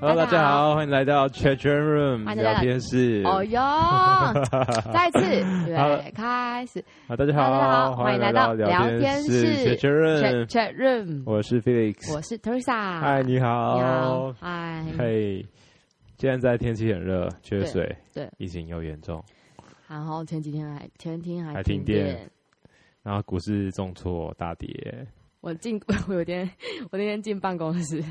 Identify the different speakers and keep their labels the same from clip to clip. Speaker 1: Hello，大家好，欢迎来到 Chat Room
Speaker 2: 欢迎大
Speaker 1: 聊
Speaker 2: 家
Speaker 1: 天室。
Speaker 2: 哦哟，再一次
Speaker 1: 好
Speaker 2: 对，开始
Speaker 1: 啊，大家
Speaker 2: 大家
Speaker 1: 好，
Speaker 2: 好欢迎来到
Speaker 1: 聊天
Speaker 2: 聊天
Speaker 1: Chat
Speaker 2: 室 chat
Speaker 1: Room，
Speaker 2: chat room，
Speaker 1: 嗯我是 Felix。
Speaker 2: 我是 Teresa，
Speaker 1: 嗨，你
Speaker 2: 你好
Speaker 1: 好，，
Speaker 2: 嗨，
Speaker 1: 嘿，现在天气很热，缺
Speaker 2: 对
Speaker 1: 水，
Speaker 2: 对，
Speaker 1: 疫情又严重，
Speaker 2: 然后前几天还前天还
Speaker 1: 还停
Speaker 2: 电，
Speaker 1: 电然后股市重挫大跌，
Speaker 2: 我进 我有天我那天进办公室，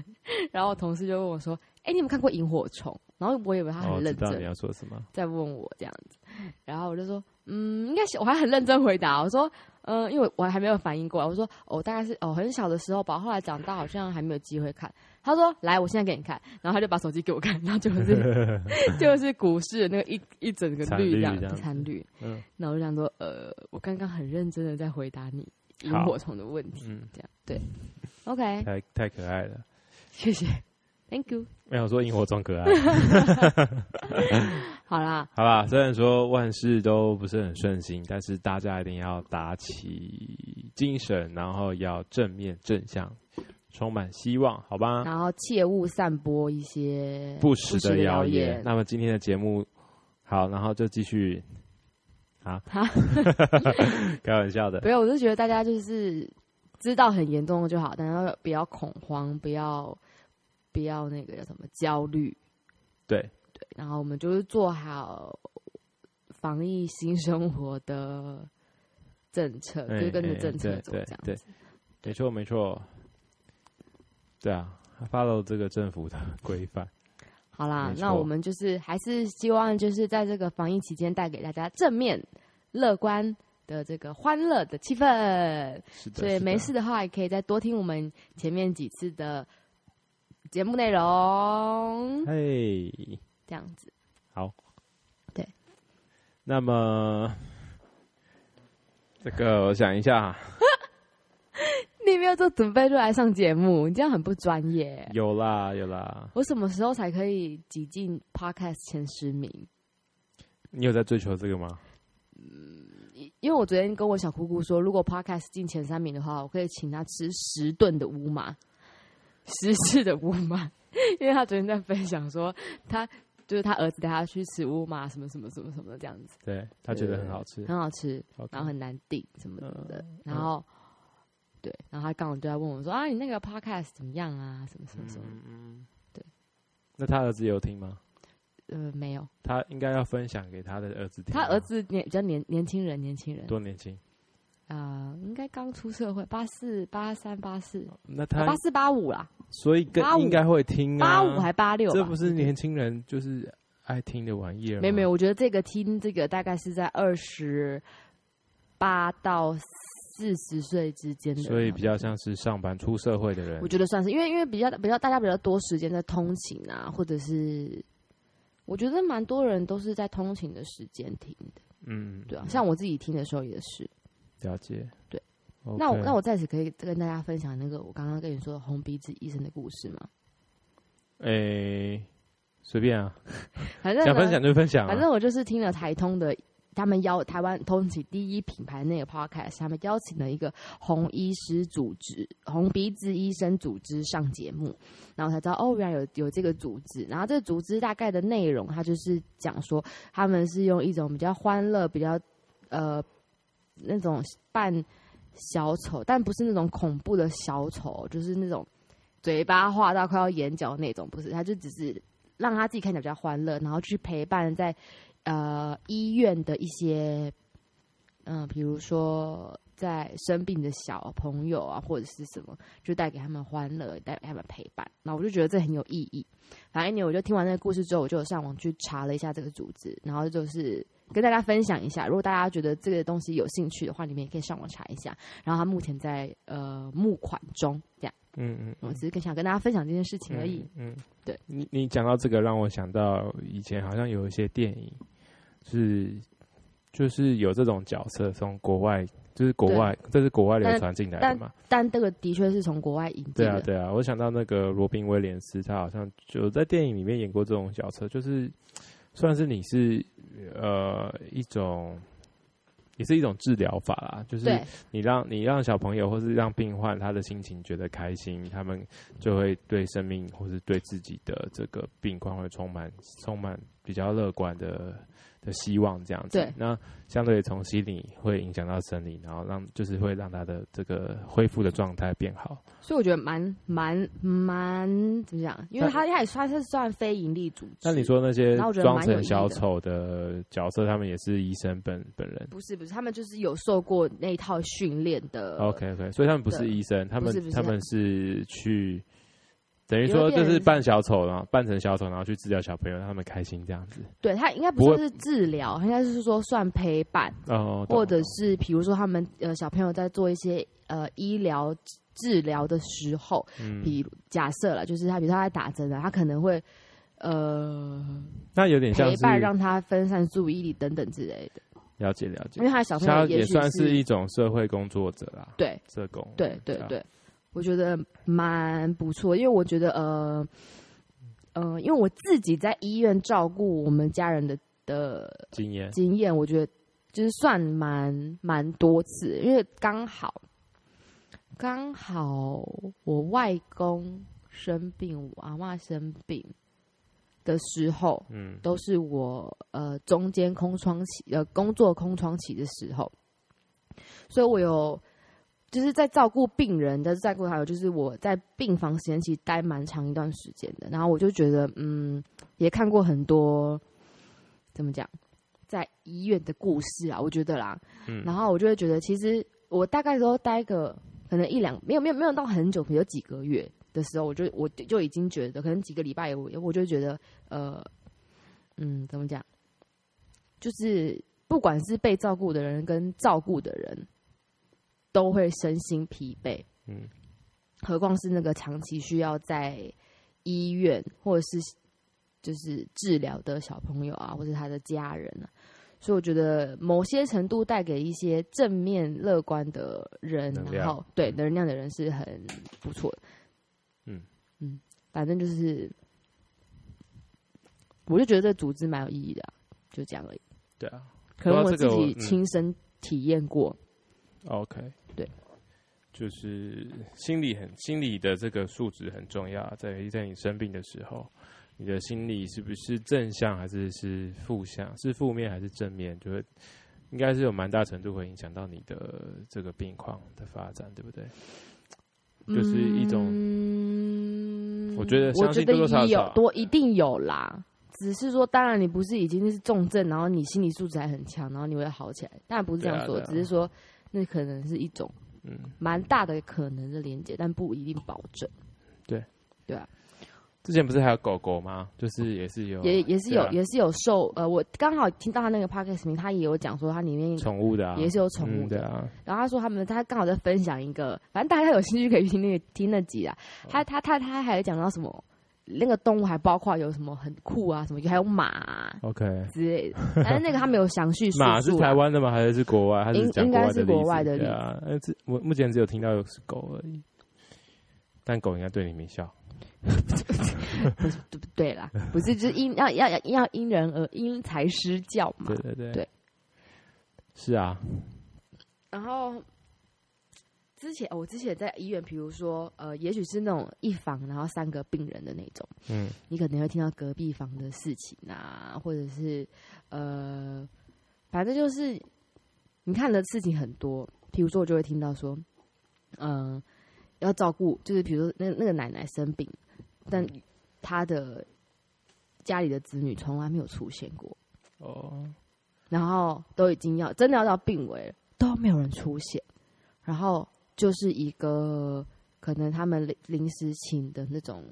Speaker 2: 然后我同事就问我说：“哎，你有没有看过萤火虫？”然后我以为他
Speaker 1: 哦，
Speaker 2: 啊很
Speaker 1: 知
Speaker 2: 认
Speaker 1: 道
Speaker 2: 真
Speaker 1: 你，要说什么，
Speaker 2: 在问我这样子，然后我就说，嗯，应该是我还很认真回答，我说，嗯、因为我还没有反应过来，我说，哦，大概是哦很小的时候吧，后来长大好像还没有机会看。他说，来，我现在给你看，然后他就把手机给我看，然后结果是 就是股市的那个一一整个
Speaker 1: 惨
Speaker 2: 绿
Speaker 1: 绿
Speaker 2: 这样
Speaker 1: 这样
Speaker 2: 子
Speaker 1: 子
Speaker 2: 惨绿，
Speaker 1: 嗯
Speaker 2: 然后我就想说，呃，我刚刚很认真的在回答你萤
Speaker 1: 好
Speaker 2: 火虫的问题，
Speaker 1: 嗯，
Speaker 2: 这样对，OK，
Speaker 1: 太太可爱了，
Speaker 2: 谢谢，Thank you，
Speaker 1: 没有说萤火虫可爱。
Speaker 2: 好啦，
Speaker 1: 好啦，虽然说万事都不是很顺心，但是大家一定要打起精神，然后要正面正向，充满希望，好吧？
Speaker 2: 然后切勿散播一些
Speaker 1: 不实
Speaker 2: 不
Speaker 1: 的谣
Speaker 2: 言，
Speaker 1: 言。那么今天的节目，好，然后就继续啊
Speaker 2: 啊，
Speaker 1: 开玩笑的，
Speaker 2: 没有，啊我是觉得大家就是知道很严重的就好，但要不要恐慌，不要不要那个叫什么焦虑，
Speaker 1: 对，
Speaker 2: 然后我们就是做好防疫新生活的政策，
Speaker 1: 哎
Speaker 2: 就跟着
Speaker 1: 哎
Speaker 2: 政策
Speaker 1: 对
Speaker 2: 走
Speaker 1: 对
Speaker 2: 这样
Speaker 1: 对
Speaker 2: 子。
Speaker 1: 没错没错，对啊，follow 这个政府的规范，
Speaker 2: 好啦
Speaker 1: 没，错
Speaker 2: 那我们就是还是希望就是在这个防疫期间带给大家正面、乐观的这个欢乐的气氛。
Speaker 1: 是的，
Speaker 2: 所以
Speaker 1: 是的
Speaker 2: 没事的话，也可以再多听我们前面几次的节目内容，
Speaker 1: 嘿，
Speaker 2: 这样子。
Speaker 1: 好，
Speaker 2: 对。
Speaker 1: 那么这个我想一下，
Speaker 2: 你没有做准备就来上节目，你这样很不专业。
Speaker 1: 有啦有啦，
Speaker 2: 我什么时候才可以挤进 podcast 前十名？
Speaker 1: 你有在追求这个吗？
Speaker 2: 因为我昨天跟我小姑姑说，如果 podcast 进前三名的话，我可以请她吃十顿的乌马，十次的乌马。 因为她昨天在分享说，她就是她儿子带她去吃乌马，什么什么什么什么这样子，
Speaker 1: 对他觉得很好吃，
Speaker 2: 很好吃。
Speaker 1: OK
Speaker 2: 然后很难定什么的，呃
Speaker 1: 嗯
Speaker 2: 然后对，然后他刚好就在问我说啊，你那个 podcast 怎么样啊？什么什么什么？
Speaker 1: 嗯嗯，
Speaker 2: 对。
Speaker 1: 那他儿子有听吗？嗯
Speaker 2: 呃，没有，
Speaker 1: 他应该要分享给他的儿子听吗。
Speaker 2: 他儿子年比较年年轻人，年轻人
Speaker 1: 多年轻，
Speaker 2: 啊、应该刚出社会，八四八三八四
Speaker 1: 那
Speaker 2: 八
Speaker 1: 他
Speaker 2: 四八五啦，
Speaker 1: 所以更
Speaker 2: 八五
Speaker 1: 应该会听啊。
Speaker 2: 八五还八六吧？
Speaker 1: 这不是年轻人就是爱听的玩意儿吗。
Speaker 2: 没有没有，我觉得这个听这个大概是在二十八到四十岁之间的人，
Speaker 1: 所以比较像是上班出社会的人
Speaker 2: 我。觉得算是，因为因为比较比较大家比较多时间在通勤啊，或者是我觉得蛮多人都是在通勤的时间听的，
Speaker 1: 嗯，
Speaker 2: 对啊，像我自己听的时候也是。
Speaker 1: 了解。
Speaker 2: 对
Speaker 1: OK。
Speaker 2: 那我那我在此可以跟大家分享那个我刚刚跟你说的红鼻子医生的故事嘛？
Speaker 1: 诶、随便啊，
Speaker 2: 反正
Speaker 1: 想
Speaker 2: 呢
Speaker 1: 分享就分享、啊。
Speaker 2: 反正我就是听了台通的，他们邀台湾通勤第一品牌那个 podcast，他们邀请了一个红医师组织、红鼻子医生组织上节目，然后才知道哦，原来有有这个组织。然后这个组织大概的内容，它就是讲说他们是用一种比较欢乐、比较呃那种扮小丑，但不是那种恐怖的小丑，就是那种嘴巴画到快要眼角那种，不是，他就只是让他自己看起来比较欢乐，然后去陪伴在呃医院的一些，嗯、比如说在生病的小朋友啊，或者是什么，就带给他们欢乐，带给他们陪伴。那我就觉得这很有意义。反正呢，我就听完那个故事之后，我就有上网去查了一下这个组织，然后就是跟大家分享一下。如果大家觉得这个东西有兴趣的话，你们也可以上网查一下。然后它目前在呃募款中，这样。
Speaker 1: 嗯嗯，
Speaker 2: 我只是更想跟大家分享这件事情而已。
Speaker 1: 嗯，嗯
Speaker 2: 对。
Speaker 1: 你你讲到这个，让我想到以前好像有一些电影，是就是有这种角色从国外，就是国外，这是国外流传进来的嘛？
Speaker 2: 但这个的确是从国外引进
Speaker 1: 对
Speaker 2: 的，
Speaker 1: 啊，对啊。我想到那个罗宾威廉斯，他好像就在电影里面演过这种角色，就是算是你是呃一种。也是一种治疗法啦，就是你让你让小朋友或是让病患他的心情觉得开心，他们就会对生命或是对自己的这个病况会充满充满比较乐观的的希望这样子。
Speaker 2: 对
Speaker 1: 那相对从心理会影响到生理，然后让就是会让他的这个恢复的状态变好。
Speaker 2: 所以我觉得蛮蛮蛮怎么讲？因为他他也他是算非盈利组织。
Speaker 1: 那你说那些
Speaker 2: 那我觉得
Speaker 1: 装
Speaker 2: 蛮有
Speaker 1: 成
Speaker 2: 意义
Speaker 1: 小
Speaker 2: 的
Speaker 1: 丑的角色，他们也是医生本本人。
Speaker 2: 不是不是，他们就是有受过那一套训练的。
Speaker 1: OK OK，所以他们不是
Speaker 2: 对
Speaker 1: 医生，他
Speaker 2: 不
Speaker 1: 们
Speaker 2: 是不是
Speaker 1: 他
Speaker 2: 他
Speaker 1: 们是去，等于
Speaker 2: 有
Speaker 1: 说就
Speaker 2: 点
Speaker 1: 是扮小丑，然后扮成小丑，然后去治疗小朋友，让他们开心这样子。
Speaker 2: 对他应该
Speaker 1: 不
Speaker 2: 不
Speaker 1: 会
Speaker 2: 是治疗，应该是说算陪伴，
Speaker 1: 哦，懂
Speaker 2: 或者是比如说他们呃小朋友在做一些呃医疗治疗的时候，
Speaker 1: 嗯
Speaker 2: 比如假设了，就是他比如说他在打针啊，他可能会呃
Speaker 1: 那有点像
Speaker 2: 陪
Speaker 1: 是
Speaker 2: 伴让他分散注意力等等之类的，
Speaker 1: 了解了解
Speaker 2: 因为，他的小朋
Speaker 1: 他
Speaker 2: 友
Speaker 1: 也
Speaker 2: 许
Speaker 1: 算
Speaker 2: 是
Speaker 1: 是一种社会工作者啦，
Speaker 2: 对
Speaker 1: 社工，
Speaker 2: 对对
Speaker 1: 啊，
Speaker 2: 对，我觉得蛮不错，因为我觉得呃呃，因为我自己在医院照顾我们家人的的
Speaker 1: 经验
Speaker 2: 经验，我觉得就是算蛮蛮多次，因为刚好刚好我外公生病，我阿嬷生病的时候，
Speaker 1: 嗯
Speaker 2: 都是我呃中间空窗期呃工作空窗期的时候，所以我有就是在照顾病人的照顾还有就是我在病房时间其实待蛮长一段时间的，然后我就觉得嗯也看过很多怎么讲在医院的故事啊，我觉得啦，
Speaker 1: 嗯
Speaker 2: 然后我就会觉得其实我大概都待个可能一两没有没有没有到很久，可能有几个月。的时候，我就我就已经觉得，可能几个礼拜，我我就觉得，呃，嗯，怎么讲？就是不管是被照顾的人跟照顾的人，都会身心疲惫，
Speaker 1: 嗯
Speaker 2: 何况是那个长期需要在医院或者是就是治疗的小朋友啊，或者他的家人啊。所以我觉得某些程度带给一些正面乐观的人
Speaker 1: 能，量
Speaker 2: 然后对能量的人是很不错的。
Speaker 1: 嗯
Speaker 2: 嗯，反正就是，我就觉得这组织蛮有意义的啊、就这样而已。
Speaker 1: 对啊
Speaker 2: 可能
Speaker 1: 说
Speaker 2: 我
Speaker 1: 到这
Speaker 2: 自
Speaker 1: 个
Speaker 2: 己
Speaker 1: 我嗯
Speaker 2: 亲身体验过，
Speaker 1: ，OK，
Speaker 2: 对，
Speaker 1: 就是心理很心理的这个素质很重要，在于在你生病的时候。你的心理是不是正向还是是负向？是负面还是正面？就会应该是有蛮大程度会影响到你的这个病况的发展，对不对？就是一种
Speaker 2: 嗯，
Speaker 1: 我觉得
Speaker 2: 我
Speaker 1: 相
Speaker 2: 觉
Speaker 1: 信
Speaker 2: 得
Speaker 1: 多多少
Speaker 2: 也
Speaker 1: 少
Speaker 2: 有多一定有啦。只是说，当然你不是已经是重症，然后你心理素质还很强，然后你会好起来，当然不是这样
Speaker 1: 对
Speaker 2: 说，
Speaker 1: 啊对啊
Speaker 2: 只是说那可能是一种
Speaker 1: 嗯，
Speaker 2: 蛮大的可能的连接，但不一定保证。
Speaker 1: 之前不是还有狗狗吗？就是也是有，
Speaker 2: 也也是有、
Speaker 1: 对啊
Speaker 2: 也是有受呃，我刚好听到他那个 podcast 名，他也有讲说他里面
Speaker 1: 宠物的啊，
Speaker 2: 也是有宠物
Speaker 1: 嗯对
Speaker 2: 的，
Speaker 1: 啊，
Speaker 2: 然后他说他们他刚好在分享一个，反正大家有兴趣可以听那个听那集啊。
Speaker 1: 哦
Speaker 2: 他他他他还讲到什么那个动物还包括有什么很酷啊什么，还有马啊
Speaker 1: OK，
Speaker 2: 之 类的，但是那个他没有详细叙述啊。
Speaker 1: 马是台湾的吗？还是是国外？还是
Speaker 2: 应
Speaker 1: 讲
Speaker 2: 应该
Speaker 1: 国外的
Speaker 2: 是
Speaker 1: 例
Speaker 2: 国
Speaker 1: 子
Speaker 2: 外的
Speaker 1: 对
Speaker 2: 例
Speaker 1: 啊，呃，只我目前只有听到有是狗而已，但狗应该对你没笑。
Speaker 2: 啊对不对啦？不是，就是因要要要要因人而因材施教嘛
Speaker 1: 对。对对，
Speaker 2: 对，
Speaker 1: 是啊，
Speaker 2: 然后之前哦我之前在医院，比如说呃，也许是那种一房然后三个病人的那种。
Speaker 1: 嗯，
Speaker 2: 你可能会听到隔壁房的事情啊，或者是呃，反正就是你看的事情很多。比如说，我就会听到说，嗯、要照顾，就是比如说那那个奶奶生病，但她的家里的子女从来没有出现过，
Speaker 1: 哦，
Speaker 2: 然后都已经要真的要到病危了，都没有人出现，然后就是一个可能他们临临时请的那种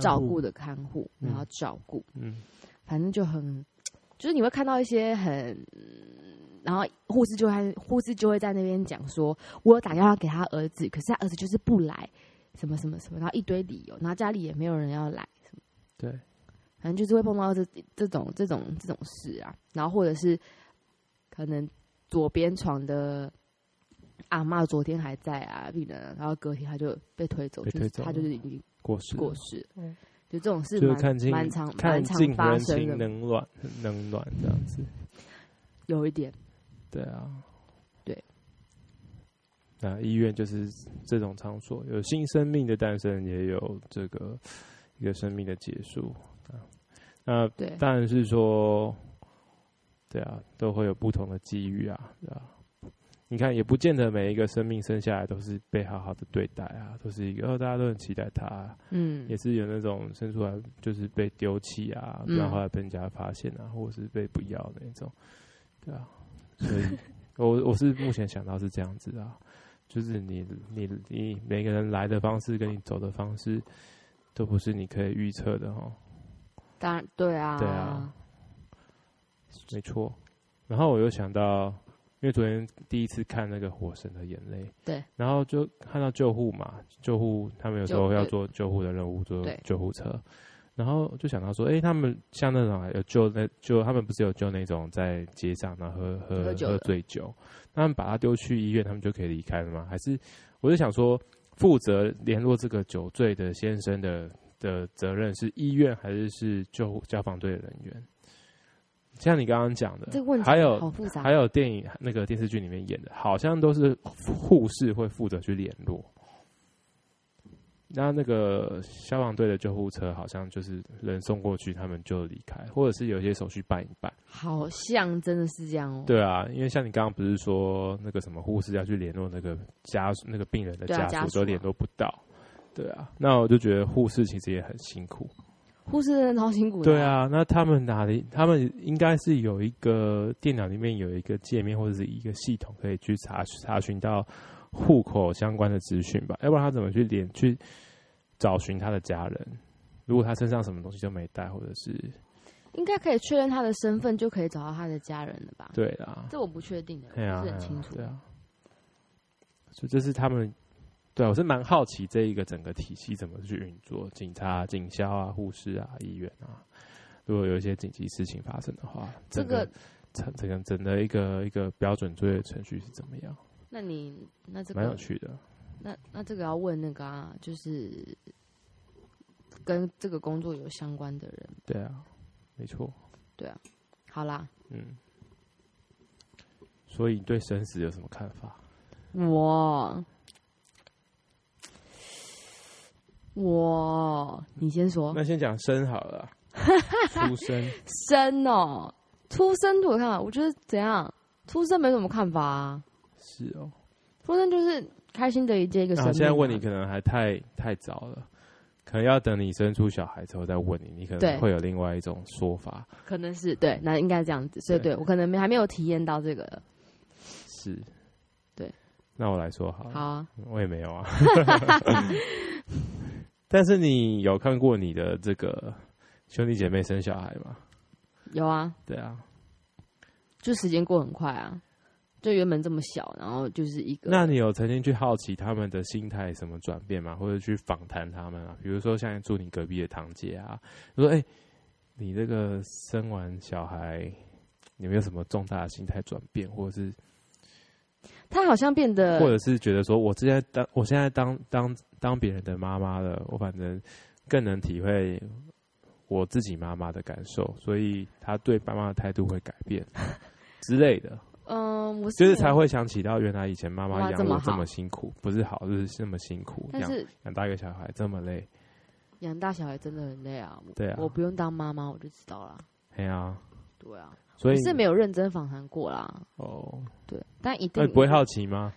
Speaker 2: 照顾的看护，
Speaker 1: 嗯
Speaker 2: 然后照顾，
Speaker 1: 嗯，
Speaker 2: 反正就很，就是你会看到一些很，然后护士就会护士就会在那边讲说，我有打电话给他儿子，可是他儿子就是不来，什么什么什么，然后一堆理由，然后家里也没有人要来，
Speaker 1: 对，
Speaker 2: 反正就是会碰到这这种这种这种事啊，然后或者是可能左边床的阿嬷昨天还在啊，病人啊，然后隔天他就被推走，
Speaker 1: 被
Speaker 2: 就
Speaker 1: 推
Speaker 2: 是
Speaker 1: 走
Speaker 2: 他
Speaker 1: 了
Speaker 2: 就是已经
Speaker 1: 过世
Speaker 2: 过世。
Speaker 1: 嗯
Speaker 2: 就这种事
Speaker 1: 就是看
Speaker 2: 蛮
Speaker 1: 尽
Speaker 2: 蛮常
Speaker 1: 看
Speaker 2: 蛮
Speaker 1: 尽
Speaker 2: 常发
Speaker 1: 人
Speaker 2: 生
Speaker 1: 情
Speaker 2: 的，
Speaker 1: 冷暖，冷暖这样子。
Speaker 2: 有一点。
Speaker 1: 对啊，
Speaker 2: 对。
Speaker 1: 那医院就是这种场所，有新生命的诞生，也有这个一个生命的结束啊。
Speaker 2: 对
Speaker 1: 那当然是说，对啊，都会有不同的机遇啊，对啊。你看，也不见得每一个生命生下来都是被好好的对待啊，都是一个哦，大家都很期待他、啊，
Speaker 2: 嗯
Speaker 1: 也是有那种生出来就是被丢弃啊，
Speaker 2: 嗯
Speaker 1: 然后后来被人家发现啊，或者是被不要的那种，对啊，所以 我我是目前想到是这样子啊，就是你你你每个人来的方式跟你走的方式都不是你可以预测的哦，
Speaker 2: 当然对啊，
Speaker 1: 对啊，没错。然后我又想到，因为昨天第一次看那个《火神的眼泪》，
Speaker 2: 对，
Speaker 1: 然后就看到救护嘛，救护他们有时候
Speaker 2: 救
Speaker 1: 要做救护的任务，做
Speaker 2: 对
Speaker 1: 救护车，然后就想到说，诶，他们像那种啊有救那救他们不是有救那种在街上然后喝喝
Speaker 2: 喝酒的
Speaker 1: 喝醉酒，那他们把他丢去医院，他们就可以离开了吗？还是我就想说，负责联络这个酒醉的先生的的责任是医院还是是救护消防队的人员？像你刚刚讲的，
Speaker 2: 这个问题
Speaker 1: 还有
Speaker 2: 好复杂，
Speaker 1: 还有电影那个电视剧里面演的，好像都是护士会负责去联络。那那个消防队的救护车好像就是人送过去，他们就离开，或者是有一些手续办一办。
Speaker 2: 好像真的是这样哦。
Speaker 1: 对啊，因为像你刚刚不是说那个什么护士要去联络那个家属那个病人的
Speaker 2: 对啊
Speaker 1: 家
Speaker 2: 家
Speaker 1: 属
Speaker 2: 属
Speaker 1: 都联络不到，对啊，那我就觉得护士其实也很辛苦。
Speaker 2: 护士真的超辛苦的，
Speaker 1: 对，啊，那他们哪里？他们应该是有一个电脑里面有一个界面或者是一个系统，可以去查查询到户口相关的资讯吧？要不然他怎么去连去找寻他的家人？如果他身上什么东西都没带，或者是
Speaker 2: 应该可以确认他的身份，就可以找到他的家人了吧？
Speaker 1: 对啦，
Speaker 2: 这我不确定的，
Speaker 1: 对啊，
Speaker 2: 不是很清楚
Speaker 1: 对。啊，所以这是他们。对啊，我是蛮好奇这一个整个体系怎么去运作，警察、警消啊、护士啊、医院啊，如果有一些紧急事情发生的话，
Speaker 2: 这
Speaker 1: 整个
Speaker 2: 个，
Speaker 1: 整整个整的一个一个标准作业程序是怎么样，
Speaker 2: 那你那这
Speaker 1: 蛮有
Speaker 2: 个，
Speaker 1: 趣的。
Speaker 2: 那那这个要问那个啊，就是跟这个工作有相关的人。
Speaker 1: 对啊，没错，
Speaker 2: 好啦，
Speaker 1: 嗯。所以你对生死有什么看法？
Speaker 2: 我我，你先说
Speaker 1: 那先讲生好 了啊，出生
Speaker 2: 生哦，出生对我看法，我觉得怎样，出生没什么看法啊，
Speaker 1: 是哦。
Speaker 2: 出生就是开心的一件一个
Speaker 1: 那我
Speaker 2: 生命、啊
Speaker 1: 啊现在问你，可，能还太太早了，可能要等你生出小孩之后再问你，你可
Speaker 2: 对
Speaker 1: 能会有另外一种说法。
Speaker 2: 可能是对，那应该这样子，所以对
Speaker 1: 对
Speaker 2: 我可能没还没有体验到这个，
Speaker 1: 是，
Speaker 2: 对。
Speaker 1: 那我来说好了，
Speaker 2: 好啊，
Speaker 1: 我也没有 啊。但是你有看过你的这个兄弟姐妹生小孩吗？
Speaker 2: 有啊，
Speaker 1: 对啊，
Speaker 2: 就时间过很快啊，就原本这么小，然后就是一个，
Speaker 1: 那你有曾经去好奇他们的心态什么转变吗？或者去访谈他们啊？比如说像住你隔壁的堂姐啊，说：“哎、你这个生完小孩，有没有什么重大的心态转变，或者是，
Speaker 2: 他好像变得
Speaker 1: 或者是觉得说我现在当我现在当当当别人的妈妈了，我反正更能体会我自己妈妈的感受，所以他对爸妈的态度会改变之类的。”
Speaker 2: 嗯，我是
Speaker 1: 就是
Speaker 2: 没有
Speaker 1: 才，会想起到原来以前妈
Speaker 2: 哇
Speaker 1: 妈
Speaker 2: 这
Speaker 1: 养
Speaker 2: 么
Speaker 1: 我这
Speaker 2: 好
Speaker 1: 么辛苦，不是好就是这么辛苦，
Speaker 2: 但
Speaker 1: 养
Speaker 2: 是
Speaker 1: 养大一个小孩这么累，
Speaker 2: 养大小孩真的很累啊，我
Speaker 1: 对啊
Speaker 2: 我不用当妈妈我就知道啦，
Speaker 1: 哎呀，
Speaker 2: 对啊，
Speaker 1: 所以
Speaker 2: 可是没有认真访谈过啦，
Speaker 1: 哦，
Speaker 2: 对，但一
Speaker 1: 那
Speaker 2: 定
Speaker 1: 你不会好奇吗？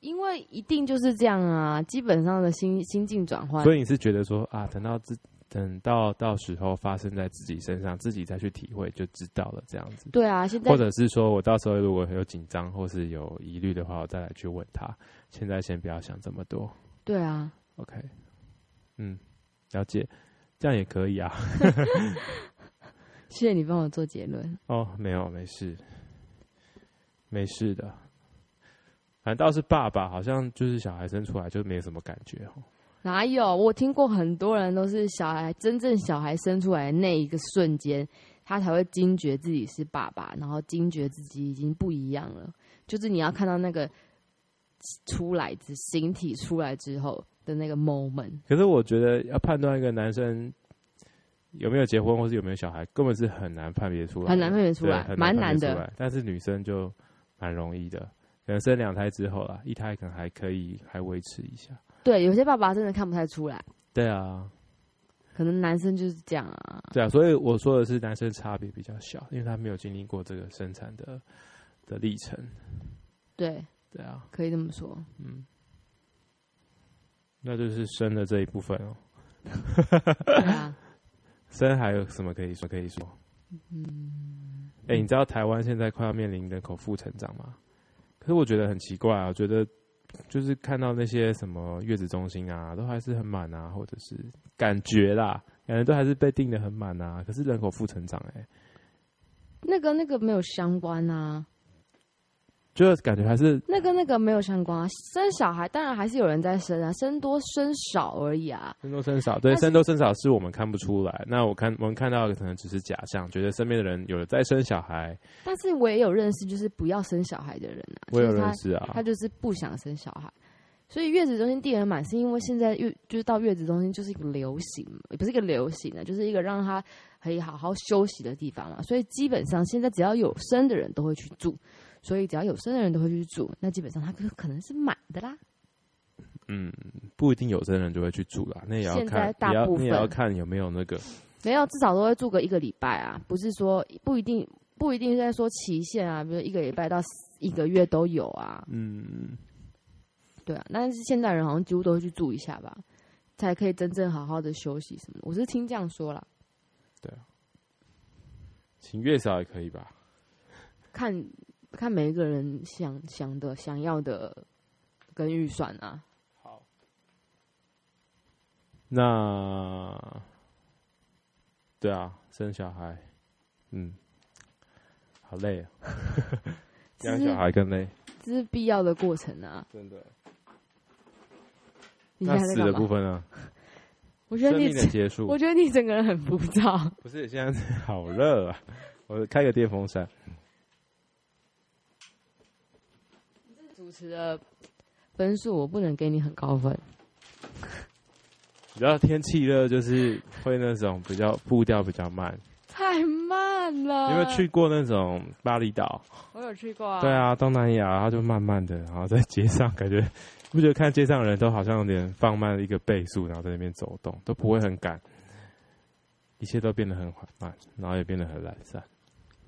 Speaker 2: 因为一定就是这样啊，基本上的心心境转换，
Speaker 1: 所以你是觉得说啊，等到自等到到时候发生在自己身上，自己再去体会就知道了，这样子。
Speaker 2: 对啊，现在
Speaker 1: 或者是说我到时候如果有紧张或是有疑虑的话，我再来去问他。现在先不要想这么多
Speaker 2: 对啊，
Speaker 1: ，OK？嗯，了解，这样也可以啊。
Speaker 2: 谢谢你帮我做结论，
Speaker 1: 哦，没有，没事，没事的。反倒是爸爸，好像就是小孩生出来就没什么感觉哦。
Speaker 2: 哪有？我听过很多人都是小孩真正小孩生出来的那一个瞬间，他才会惊觉自己是爸爸，然后惊觉自己已经不一样了，就是你要看到那个出来之形体出来之后的那个 moment，
Speaker 1: 可是我觉得要判断一个男生有没有结婚或是有没有小孩，根本是很难判别出来的，
Speaker 2: 很难判别出
Speaker 1: 对
Speaker 2: 来
Speaker 1: 很
Speaker 2: 蛮
Speaker 1: 难判别
Speaker 2: 难的
Speaker 1: 出来。但是女生就蛮容易的，可能生两胎之后啦，一胎可能还可以还维持一下。
Speaker 2: 对，有些爸爸真的看不太出来，
Speaker 1: 对啊，
Speaker 2: 可能男生就是这样啊。
Speaker 1: 对啊，所以我说的是男生差别比较小，因为他没有经历过这个生产的的历程。
Speaker 2: 对，
Speaker 1: 对啊，
Speaker 2: 可以这么说。
Speaker 1: 嗯，那就是生的这一部分哦。
Speaker 2: 对啊，
Speaker 1: 生还有什么可以说？可以说，
Speaker 2: 嗯，
Speaker 1: 哎、你知道台湾现在快要面临人口负成长吗？可是我觉得很奇怪啊，我觉得就是看到那些什么月子中心啊，都还是很满啊，或者是感觉啦，感觉都还是被定的很满啊。可是人口负成长、哎，
Speaker 2: 那个那个没有相关啊，
Speaker 1: 就是感觉还是
Speaker 2: 那个那个没有相关啊。生小孩当然还是有人在生啊，生多生少而已啊。
Speaker 1: 生多生少，对，
Speaker 2: 但是
Speaker 1: 生多生少是我们看不出来。那我看我们看到的可能只是假象，觉得身边的人有了在生小孩，
Speaker 2: 但是我也有认识就是不要生小孩的人啊，
Speaker 1: 我有
Speaker 2: 就是他
Speaker 1: 认识啊
Speaker 2: 他，就是不想生小孩。所以月子中心订人满是因为现在月就是到月子中心就是一个流行，也不是一个流行啊，就是一个让他可以好好休息的地方嘛。所以基本上现在只要有生的人都会去住，所以只要有生的人都会去住，那基本上他可可能是满的啦。
Speaker 1: 嗯，不一定有生人就会去住啦，那也要
Speaker 2: 现在
Speaker 1: 看，
Speaker 2: 大
Speaker 1: 也要
Speaker 2: 部
Speaker 1: 你也要
Speaker 2: 分
Speaker 1: 看有没有那个，
Speaker 2: 没有，至少都会住个一个礼拜啊，不是说不一定不一定是在说期限啊，比如一个礼拜到一个月都有啊，
Speaker 1: 嗯，
Speaker 2: 对啊。但是现代人好像几乎都会去住一下吧，才可以真正好好的休息什么的。我是听这样说啦。
Speaker 1: 请月嫂也可以吧？
Speaker 2: 看看每一个人想想的、想要的跟预算啊。
Speaker 1: 那对啊，生小孩，嗯，好累、啊，
Speaker 2: 这
Speaker 1: 养
Speaker 2: 是
Speaker 1: 小孩更累，
Speaker 2: 这是必要的过程啊！
Speaker 1: 真的。
Speaker 2: 你现
Speaker 1: 那
Speaker 2: 在在
Speaker 1: 死的
Speaker 2: 干
Speaker 1: 部
Speaker 2: 嘛？
Speaker 1: 分呢？
Speaker 2: 我觉得
Speaker 1: 生
Speaker 2: 你
Speaker 1: 命，的结束
Speaker 2: 我，觉得你整个人很浮躁。
Speaker 1: 不是现在好热啊！ 我开个电风扇。
Speaker 2: 主持的分数我不能给你很高分，
Speaker 1: 你知道天气热就是会那种比较步调比较慢。
Speaker 2: 太慢了。
Speaker 1: 你有没有去？过那种巴厘岛？
Speaker 2: 我有去过啊。
Speaker 1: 对，啊，东南亚，它就慢慢的，然后在街上感觉， 不觉得看街上的人都好像有点放慢一个倍速，然后在那边走动，都不会很赶，一切都变得很缓慢，然后也变得很懒散，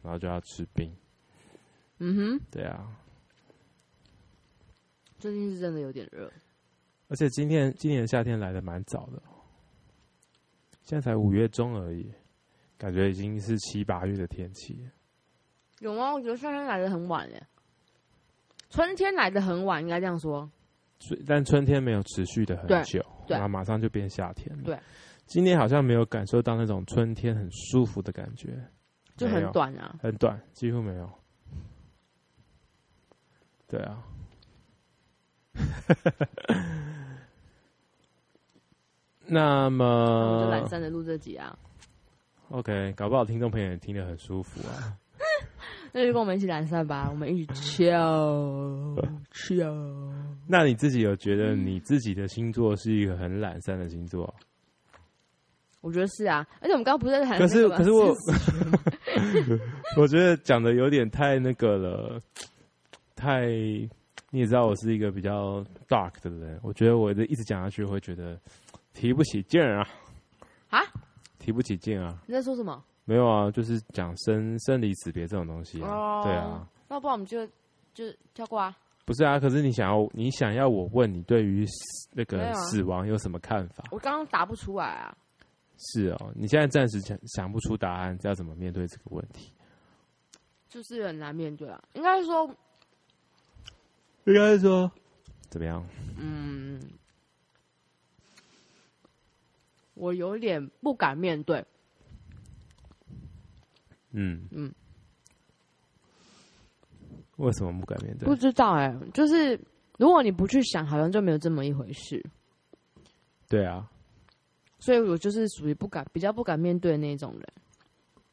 Speaker 1: 然后就要吃冰。
Speaker 2: 嗯哼，
Speaker 1: 对啊，
Speaker 2: 最近是真的有点热。
Speaker 1: 而且今天今年夏天来的蛮早的哦，现在才五月中而已，感觉已经是七八月的天气了。
Speaker 2: 有吗？我觉得夏天来的很晚耶，春天来的很晚，应该这样说。
Speaker 1: 所以但春天没有持续的很
Speaker 2: 对
Speaker 1: 久，
Speaker 2: 对
Speaker 1: 然后马上就变夏天了。
Speaker 2: 对，
Speaker 1: 今天好像没有感受到那种春天很舒服的感觉，
Speaker 2: 就
Speaker 1: 没
Speaker 2: 很
Speaker 1: 有，
Speaker 2: 短啊，
Speaker 1: 很短，几乎没有。对啊， 那
Speaker 2: 我们就
Speaker 1: 么
Speaker 2: 懒散的录这集啊，
Speaker 1: OK，搞不好听众朋友也听得很舒服啊。
Speaker 2: 那就跟我们一起懒散吧，我们一起 chill chill。
Speaker 1: 那你自己有觉得
Speaker 2: 嗯
Speaker 1: 你自己的星座是一个很懒散的星座？
Speaker 2: 我觉得是啊，而且我们刚刚不是在谈
Speaker 1: 可是
Speaker 2: 那个吗
Speaker 1: 可是我
Speaker 2: 是
Speaker 1: 我觉得讲的有点太那个了，太你也知道我是一个比较 dark 的人，我觉得我一直讲下去会觉得提不起劲儿啊
Speaker 2: 啊，
Speaker 1: 提不起劲啊，
Speaker 2: 你在说什么？
Speaker 1: 没有啊，就是讲生生离死别这种东西啊，
Speaker 2: 哦
Speaker 1: 对啊，
Speaker 2: 那不然我们就就跳过啊。
Speaker 1: 不是啊，可是你想要你想要我问你对于死那
Speaker 2: 没
Speaker 1: 个
Speaker 2: 有啊
Speaker 1: 死亡有什么看法？
Speaker 2: 我刚刚答不出来啊，
Speaker 1: 是哦，你现在暂时想想不出答案，要怎么面对这个问题？
Speaker 2: 就是很难面对啊。应该说，
Speaker 1: 应该是说怎么样？
Speaker 2: 嗯，我有点不敢面对，
Speaker 1: 嗯嗯
Speaker 2: 嗯，
Speaker 1: 为什么不敢面对
Speaker 2: 不？知道哎、就是如果你不去想，好像就没有这么一回事。
Speaker 1: 对啊，
Speaker 2: 所以我就是属于不敢，比较不敢面对的那种人。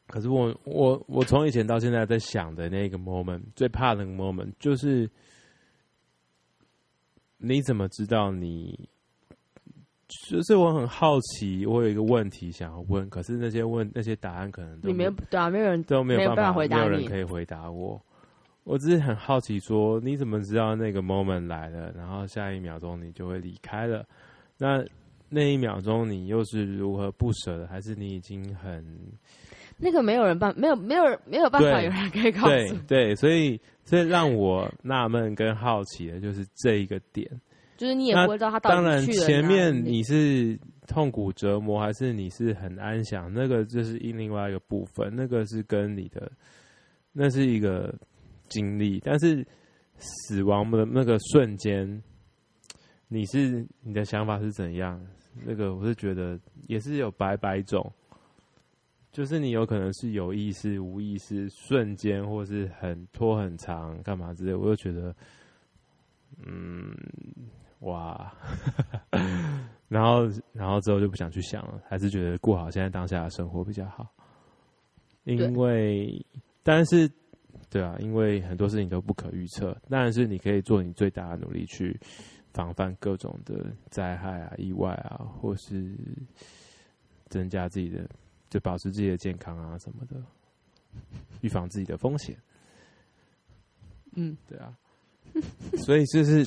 Speaker 1: 可是我我我从以前到现在在想的那个 moment，最怕的那个 moment 就是，你怎么知道你？就是我很好奇，我有一个问题想要问，可是那些问那些答案可能都
Speaker 2: 你没有对啊，没有人
Speaker 1: 都没有
Speaker 2: 没有
Speaker 1: 办
Speaker 2: 办法回答
Speaker 1: 没有人
Speaker 2: 你
Speaker 1: 可以回答我。我只是很好奇说，你怎么知道那个 moment 来了，然后下一秒钟你就会离开了？那那一秒钟你又是如何不舍的？还是你已经很
Speaker 2: 那个没有人办，没有没有人没有办法
Speaker 1: 对
Speaker 2: 有人可以告
Speaker 1: 对
Speaker 2: 诉，
Speaker 1: 对？所以所以让我纳闷跟好奇的就是这一个点。
Speaker 2: 就是你也
Speaker 1: 那
Speaker 2: 不会知道他到底
Speaker 1: 当然，
Speaker 2: 去了
Speaker 1: 前
Speaker 2: 哪
Speaker 1: 面
Speaker 2: 里
Speaker 1: 你是痛苦折磨，还是你是很安详？那个就是一另外一个部分，那个是跟你的，那是一个经历。但是死亡的那个瞬间，你是你的想法是怎样？那个我是觉得也是有百百种，就是你有可能是有意识、无意识、瞬间，或是很拖很长，干嘛之类。我就觉得，嗯，哇，然后然后之后就不想去想了，还是觉得过好现在当下的生活比较好，因为但是对啊，因为很多事情都不可预测，但是你可以做你最大的努力去防范各种的灾害啊、意外啊，或是增加自己的就保持自己的健康啊什么的，预防自己的风险。
Speaker 2: 嗯，
Speaker 1: 对啊，所以就是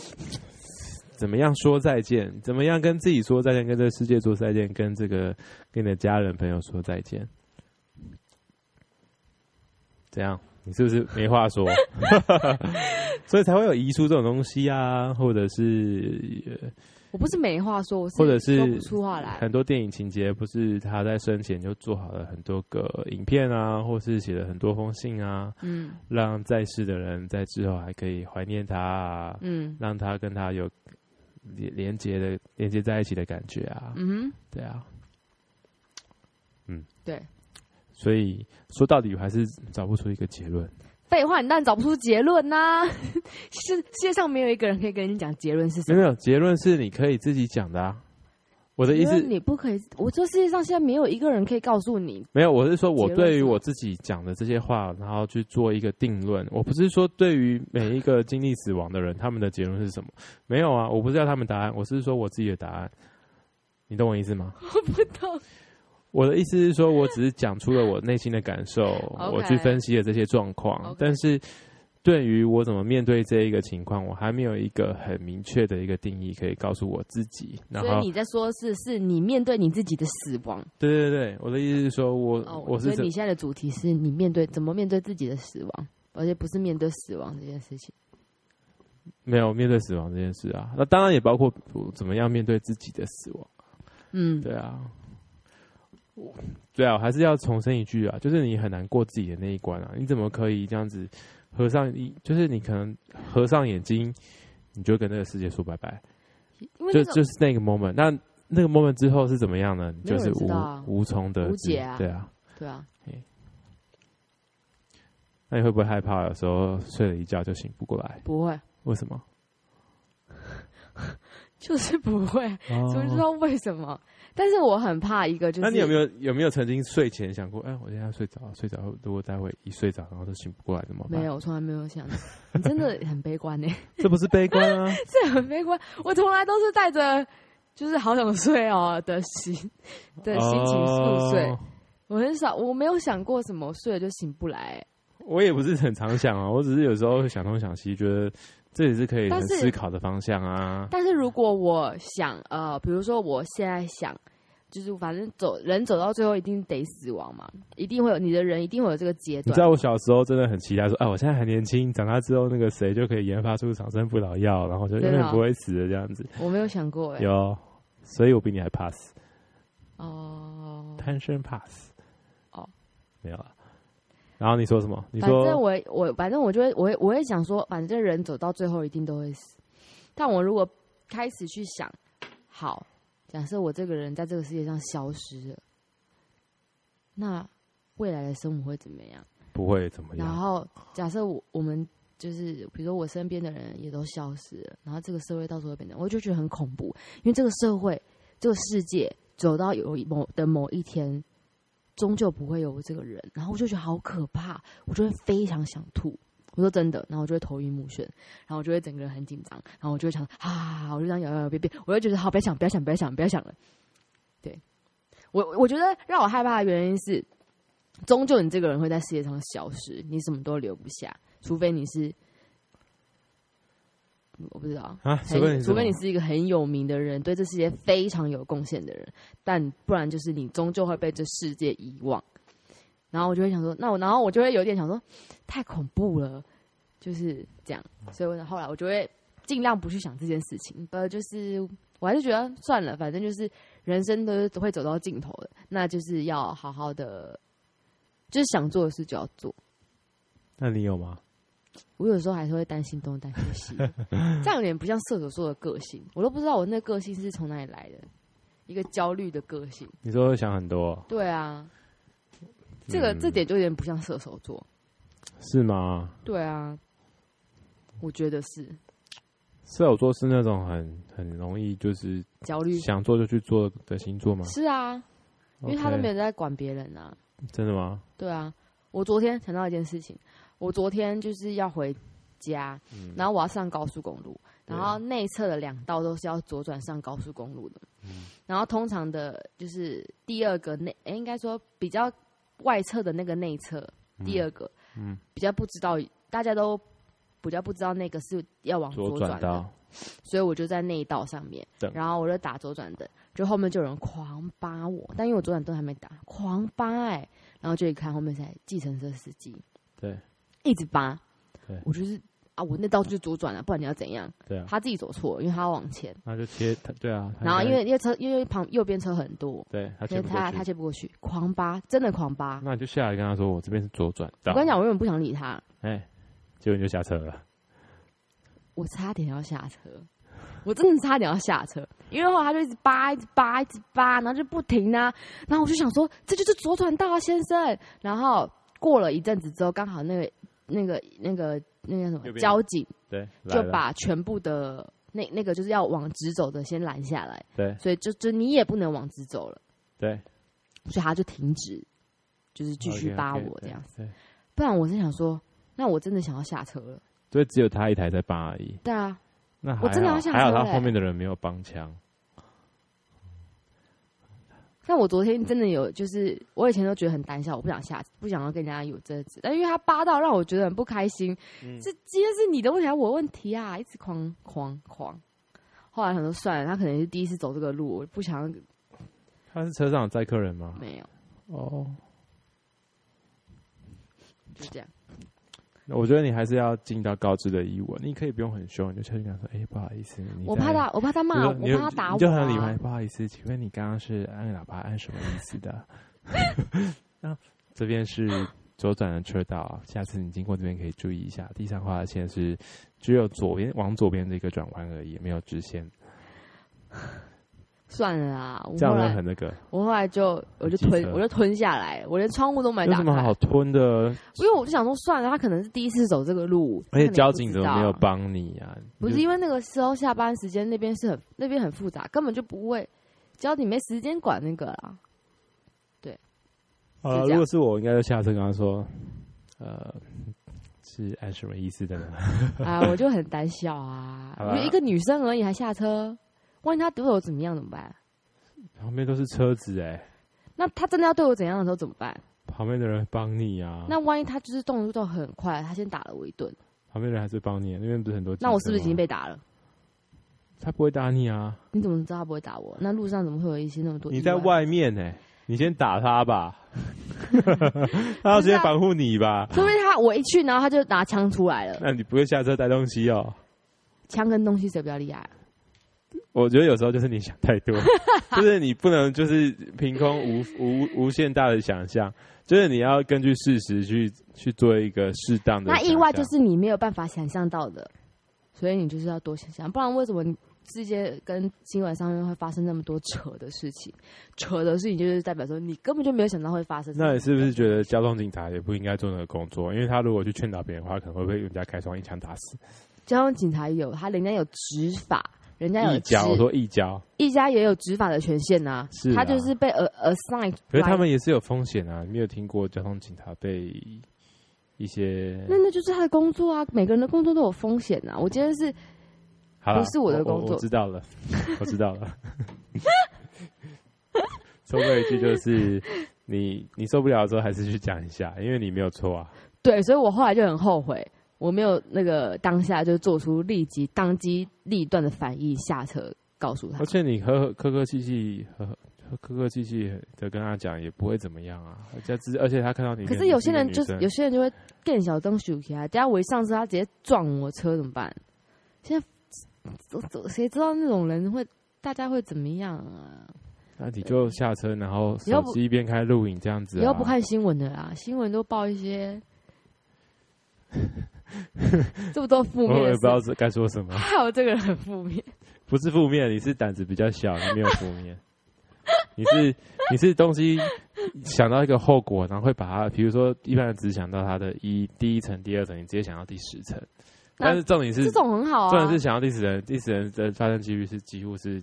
Speaker 1: 怎么样说再见，怎么样跟自己说再见，跟这个世界说再见，跟这个 跟你的家人朋友说再见。怎样？你是不是没话说？ 所以才会有遗书这种东西啊，或者是呃
Speaker 2: 我不是没话说，我是
Speaker 1: 或者
Speaker 2: 说不
Speaker 1: 是
Speaker 2: 出话来。
Speaker 1: 呃很多电影情节，不是他在生前就做好了很多个影片啊，或是写了很多封信啊，
Speaker 2: 嗯
Speaker 1: 让在世的人在之后还可以怀念他啊，
Speaker 2: 嗯
Speaker 1: 让他跟他有连连接的连接在一起的感觉啊，
Speaker 2: 嗯哼，
Speaker 1: 对啊，嗯，
Speaker 2: 对。
Speaker 1: 所以说到底，我还是找不出一个结论。
Speaker 2: 废话，你当然找不出结论呐、 世世界上没有一个人可以跟你讲结论是什
Speaker 1: 没
Speaker 2: 么。
Speaker 1: 有没有，结论是你可以自己讲的啊。我的意
Speaker 2: 结
Speaker 1: 思
Speaker 2: 论你不可以，我说世界上现在没有一个人可以告 诉你，
Speaker 1: 没有，我是说我
Speaker 2: 结论
Speaker 1: 对于
Speaker 2: 是
Speaker 1: 我自己讲的这些话，然后去做一个定论。我不是说对于每一个经历死亡的人，他们的结论是什么？没有啊，我不是要他们答案，我是说我自己的答案。你懂我意思吗？
Speaker 2: 我不懂。
Speaker 1: 我的意思是说，我只是讲出了我内心的感受
Speaker 2: OK
Speaker 1: 我去分析了这些状况
Speaker 2: OK
Speaker 1: 但是对于我怎么面对这一个情况，我还没有一个很明确的一个定义可以告诉我自己。然
Speaker 2: 所
Speaker 1: 后
Speaker 2: 以，你在说是是你面对你自己的死亡
Speaker 1: 对对对，我的意思是说我，
Speaker 2: 哦，
Speaker 1: 呃我是
Speaker 2: 所以
Speaker 1: 怎
Speaker 2: 你现在的主题是你面对怎么面对自己的死亡，而且不是面对死亡这件事情。
Speaker 1: 没有面对死亡这件事啊，那当然也包括我怎么样面对自己的死亡。
Speaker 2: 嗯，
Speaker 1: 对啊，对啊，我还是要重申一句啊，就是你很难过自己的那一关啊，你怎么可以这样子合上一，就是你可能合上眼睛，你就跟这个世界说拜拜，
Speaker 2: 因为
Speaker 1: 就
Speaker 2: 那个
Speaker 1: 就是那个 moment。那那个 moment 之后是怎么样呢？
Speaker 2: 没有
Speaker 1: 就
Speaker 2: 人
Speaker 1: 是
Speaker 2: 知
Speaker 1: 无、
Speaker 2: 道啊
Speaker 1: 无从得
Speaker 2: 无
Speaker 1: 知
Speaker 2: 解啊
Speaker 1: 对啊。
Speaker 2: 对啊，
Speaker 1: 那你会不会害怕？有时候睡了一觉就醒不过来，
Speaker 2: 不会，
Speaker 1: 为什么？
Speaker 2: 就是不会，
Speaker 1: 哦
Speaker 2: 不知道为什么。但是我很怕一个，就是
Speaker 1: 那你有没有有没有曾经睡前想过，哎，我现在要睡着了，睡着了，如果待会一睡着然后就醒不过来怎么办？
Speaker 2: 没，有，我从来没有想，你真的很悲观呢、
Speaker 1: 这不是悲观啊。
Speaker 2: 这很悲观。我从来都是带着就是好想睡哦的心的心情入睡，
Speaker 1: 哦
Speaker 2: 我很少，我没有想过什么睡了就醒不来、
Speaker 1: 我也不是很常想啊，我 只是有时候会想东想西，觉得这也是可以
Speaker 2: 但
Speaker 1: 很
Speaker 2: 是
Speaker 1: 思考的方向啊。
Speaker 2: 但是如果我想，呃，比如说我现在想，就是反正走人走到最后一定得死亡嘛，一定会有你的人一定会有这个阶
Speaker 1: 你
Speaker 2: 段
Speaker 1: 知。道我小时候真的很期待说，哎，我现在还年轻，长大之后那个谁就可以研发出长生不老药，然后就永
Speaker 2: 真
Speaker 1: 远
Speaker 2: 的哦
Speaker 1: 不会死的这样子。
Speaker 2: 我没有想过哎、
Speaker 1: 有，所以我比你还怕死，
Speaker 2: 哦，
Speaker 1: 贪生怕死。
Speaker 2: 哦，
Speaker 1: 没有了。然后你说什么？你
Speaker 2: 反正
Speaker 1: 说
Speaker 2: 我我反正我就会我会我会想说，反正人走到最后一定都会死。但我如果开始去想，好，假设我这个人在这个世界上消失了，那未来的生活会怎么样？
Speaker 1: 不会怎么
Speaker 2: 然
Speaker 1: 样？
Speaker 2: 后假设我我们就是比如说我身边的人也都消失了，然后这个社会到时候会变成，我就觉得很恐怖，因为这个社会这个世界走到有某的某一天，终究不会有我这个人，然后我就觉得好可怕，我就会非常想吐。我说真的，然后我就会头晕目眩，然后我就会整个人很紧张，然后我就会想啊，我就这样摇摇摇别别，我就觉得好，不要想，不要想，不要想，不要想了。对，我我觉得让我害怕的原因是，终究你这个人会在世界上消失，你什么都留不下，除非你是，我不知道，
Speaker 1: 啊，
Speaker 2: 很
Speaker 1: 除非你
Speaker 2: 除非你
Speaker 1: 什么
Speaker 2: 是一个很有名的人，对这世界非常有贡献的人，但不然就是你终究会被这世界遗忘。然后我就会想说，那我然后我就会有点想说，太恐怖了，就是这样。
Speaker 1: 嗯
Speaker 2: 所以我后来我就会尽量不去想这件事情，不就是我还是觉得算了，反正就是人生都是都会走到尽头的，那就是要好好的，就是想做的事就要做。
Speaker 1: 那你有吗？
Speaker 2: 我有时候还是会担心东担心西， 这样有点不像射手座的个性，我都不知道我那个性是从哪里来的，一个焦虑的个性。
Speaker 1: 你说想很多哦，
Speaker 2: 对啊，这个、这
Speaker 1: 嗯
Speaker 2: 点就有点不像射手座。
Speaker 1: 是吗？
Speaker 2: 对啊，我觉得是
Speaker 1: 射手座是那种很很容易就是
Speaker 2: 焦虑。
Speaker 1: 想做就去做的星座吗？
Speaker 2: 嗯是啊，因为他都
Speaker 1: OK，
Speaker 2: 没有在管别人啊。
Speaker 1: 真的吗？
Speaker 2: 对啊，我昨天想到一件事情，我昨天就是要回家，然后我要上高速公路，然后内侧的两道都是要左转上高速公路的，然后通常的就是第二个内，诶应该说比较外侧的那个内侧，第二个，
Speaker 1: 嗯
Speaker 2: 比较不知道，大家都比较不知道那个是要往左
Speaker 1: 左
Speaker 2: 转
Speaker 1: 转
Speaker 2: 的
Speaker 1: 到，
Speaker 2: 所以我就在那一道上面
Speaker 1: 等，
Speaker 2: 然后我就打左转灯，就后面就有人狂扒我，但因为我左转灯还没打，狂扒哎、然后就一看后面才计程车司机
Speaker 1: 对
Speaker 2: 一直扒
Speaker 1: 对，
Speaker 2: 我就是啊，我那道就是左转了、不然你要怎样？
Speaker 1: 对啊，
Speaker 2: 他自己走错了，因为他要往前，
Speaker 1: 那就切他对啊，他
Speaker 2: 然后
Speaker 1: 应
Speaker 2: 因
Speaker 1: 该
Speaker 2: 为因为车因为旁右边车很多，
Speaker 1: 对他
Speaker 2: 所
Speaker 1: 切
Speaker 2: 以
Speaker 1: 不过
Speaker 2: 他他
Speaker 1: 去，
Speaker 2: 切不过去，狂扒，真的狂扒。
Speaker 1: 那你就下来跟他说我这边是左转道。
Speaker 2: 我跟你讲，我原本不想理他，
Speaker 1: 哎，结果你就下车了。
Speaker 2: 我差点要下车，我真的差点要下车，因为后来他就一直扒，一直扒，一直扒，然后就不停啊，然后我就想说这就是左转道啊，先生。然后过了一阵子之后，刚好那个那个那个那
Speaker 1: 右
Speaker 2: 个叫什么
Speaker 1: 边
Speaker 2: 交警
Speaker 1: 对，
Speaker 2: 就
Speaker 1: 来了
Speaker 2: 把全部的那那个就是要往直走的先拦下来，
Speaker 1: 对
Speaker 2: 所以就就你也不能往直走了，
Speaker 1: 对
Speaker 2: 所以他就停止，就是继续
Speaker 1: OK，OK，
Speaker 2: 扒我这样子。
Speaker 1: 对，对
Speaker 2: 不然我是想说，那我真的想要下车了。
Speaker 1: 所以只有他一台在扒而已。
Speaker 2: 对啊，
Speaker 1: 那还
Speaker 2: 我真的
Speaker 1: 好
Speaker 2: 要下
Speaker 1: 还好
Speaker 2: 车
Speaker 1: 他
Speaker 2: 嘞
Speaker 1: 后面的人没有帮腔。
Speaker 2: 但我昨天真的有，就是我以前都觉得很胆小，我不想下，不想要跟人家有争执。但因为他扒到让我觉得很不开心，
Speaker 1: 嗯
Speaker 2: 这今天是你的问题还是我的问题啊？一直狂狂狂。后来想说算了，他可能是第一次走这个路，我不想要
Speaker 1: 他是车上有载客人吗？
Speaker 2: 没有，
Speaker 1: 哦，
Speaker 2: 就这样。
Speaker 1: 那我觉得你还是要尽到告知的义务啊。你可以不用很凶，你就下去跟他说：“哎、不好意思，你
Speaker 2: 我
Speaker 1: 在
Speaker 2: 怕他，我怕他
Speaker 1: 你
Speaker 2: 骂
Speaker 1: 就
Speaker 2: 我，
Speaker 1: 你
Speaker 2: 我
Speaker 1: 就
Speaker 2: 怕他打我、啊。
Speaker 1: 你就很礼貌。不好意思，请问你刚刚是按喇叭按什么意思 的？ 那这边是左转的车道啊，下次你经过这边可以注意一下。地上画的线是只有左边往左边的一个转弯而已，没有直线，
Speaker 2: 算了啊，我
Speaker 1: 这样
Speaker 2: 后
Speaker 1: 会
Speaker 2: 来
Speaker 1: 很那个。
Speaker 2: 我后来就我
Speaker 1: 很
Speaker 2: 就
Speaker 1: 机
Speaker 2: 吞
Speaker 1: 车
Speaker 2: 我就吞下来，我连窗户都没
Speaker 1: 有
Speaker 2: 打
Speaker 1: 什么
Speaker 2: 开
Speaker 1: 好，吞的？
Speaker 2: 因为我就想说算了，他可能是第一次走这个路，他
Speaker 1: 而且
Speaker 2: 可能也
Speaker 1: 交
Speaker 2: 不
Speaker 1: 警
Speaker 2: 知
Speaker 1: 怎么没有
Speaker 2: 道
Speaker 1: 帮你啊？
Speaker 2: 不
Speaker 1: 你
Speaker 2: 是
Speaker 1: 就
Speaker 2: 因为那个时候下班时间那边是很那边很复杂，根本就不会，只要你没时间管那个 啦。
Speaker 1: 好了，啊
Speaker 2: 是这
Speaker 1: 如
Speaker 2: 样
Speaker 1: 果是我，我应该就下车跟他说，呃，是按什么意思的呢？
Speaker 2: 啊，我就很胆小啊，
Speaker 1: 好
Speaker 2: 我
Speaker 1: 吧
Speaker 2: 就一个女生而已还下车，万一他对我怎么样怎么办？
Speaker 1: 旁边都是车子哎、
Speaker 2: 那他真的要对我怎样的时候怎么办？
Speaker 1: 旁边的人帮你啊，
Speaker 2: 那万一他就是动作很快，他先打了我一顿，
Speaker 1: 旁边的人还是帮你、那边不是很多？
Speaker 2: 那我是不是已经？被打了？
Speaker 1: 他不会打你啊，
Speaker 2: 你怎么知道他不会打我？那路上怎么会有一些那么多意外？
Speaker 1: 你在外面哎、你先打他 吧，他要先防护你吧。
Speaker 2: 说不定他我一去，然后他就拿枪出来了。
Speaker 1: 那你不会下车带东西哦？
Speaker 2: 枪跟东西谁比较厉害？
Speaker 1: 我觉得有时候就是你想太 多，就是你不能就是凭空无无无限大的想象，就是你要根据事实去去做一个适当的想
Speaker 2: 那
Speaker 1: 象。
Speaker 2: 意外就是你没有办法想象到的，所以你就是要多想想，不然为什么你世界跟新闻上面会发生那么多扯的事情？扯的事情就是代表说你根本就没有想到会发生。
Speaker 1: 那你是不是觉得交通警察也不应该做那个工作？因为他如果去劝导别人的话，可能会被人家开窗一枪打死。
Speaker 2: 交通警察有他，人家有执法，人家有
Speaker 1: 一交，我
Speaker 2: 执
Speaker 1: 说一交，
Speaker 2: 一家也有执法的权限呐、
Speaker 1: 是啊
Speaker 2: 他就是被 a- assign。
Speaker 1: 可是他，们也是有风险啊！你没有听过交通警察被一些
Speaker 2: 那那就是他的工作啊，每个人的工作都有风险呐、我今天是
Speaker 1: 好啦
Speaker 2: 不是我的工作
Speaker 1: 我我知道了，我知道了。最后一句就是你你受不了的时候还是去讲一下，因为你没有错啊。
Speaker 2: 对，所以我后来就很后悔，我没有那个当下就做出立即当机立断的反应，下车告诉他
Speaker 1: 而。且你和客客气气和。和客客气气的跟他讲也不会怎么样啊，而且只而且他看到你
Speaker 2: 可
Speaker 1: 跟，
Speaker 2: 是有些人
Speaker 1: 你
Speaker 2: 就
Speaker 1: 跟
Speaker 2: 是
Speaker 1: 女生
Speaker 2: 有些人就会更小灯鼠起来，等下我一上车，他直接撞我车怎么办？现在走走，谁知道那种人会大家会怎么样啊？
Speaker 1: 那你就下车，然后
Speaker 2: 以后
Speaker 1: 手
Speaker 2: 不
Speaker 1: 机一边开录影这样子、啊。
Speaker 2: 以后不看新闻的啦，新闻都报 一些这么多负
Speaker 1: 我
Speaker 2: 面
Speaker 1: 也
Speaker 2: 的
Speaker 1: 不知道
Speaker 2: 事，
Speaker 1: 是该说什么，
Speaker 2: 还有这个人很负面。
Speaker 1: 不是负面，你是胆子比较小，你没有负面， 你是你是东西想到一个后果，然后会把它，比如说一般人只想到它的一第一层、第二层，你直接想到第十层，
Speaker 2: 那
Speaker 1: 但是重点是
Speaker 2: 这种很好
Speaker 1: 重点
Speaker 2: 啊
Speaker 1: 是，想到第十层，第十层的发生几率是几乎是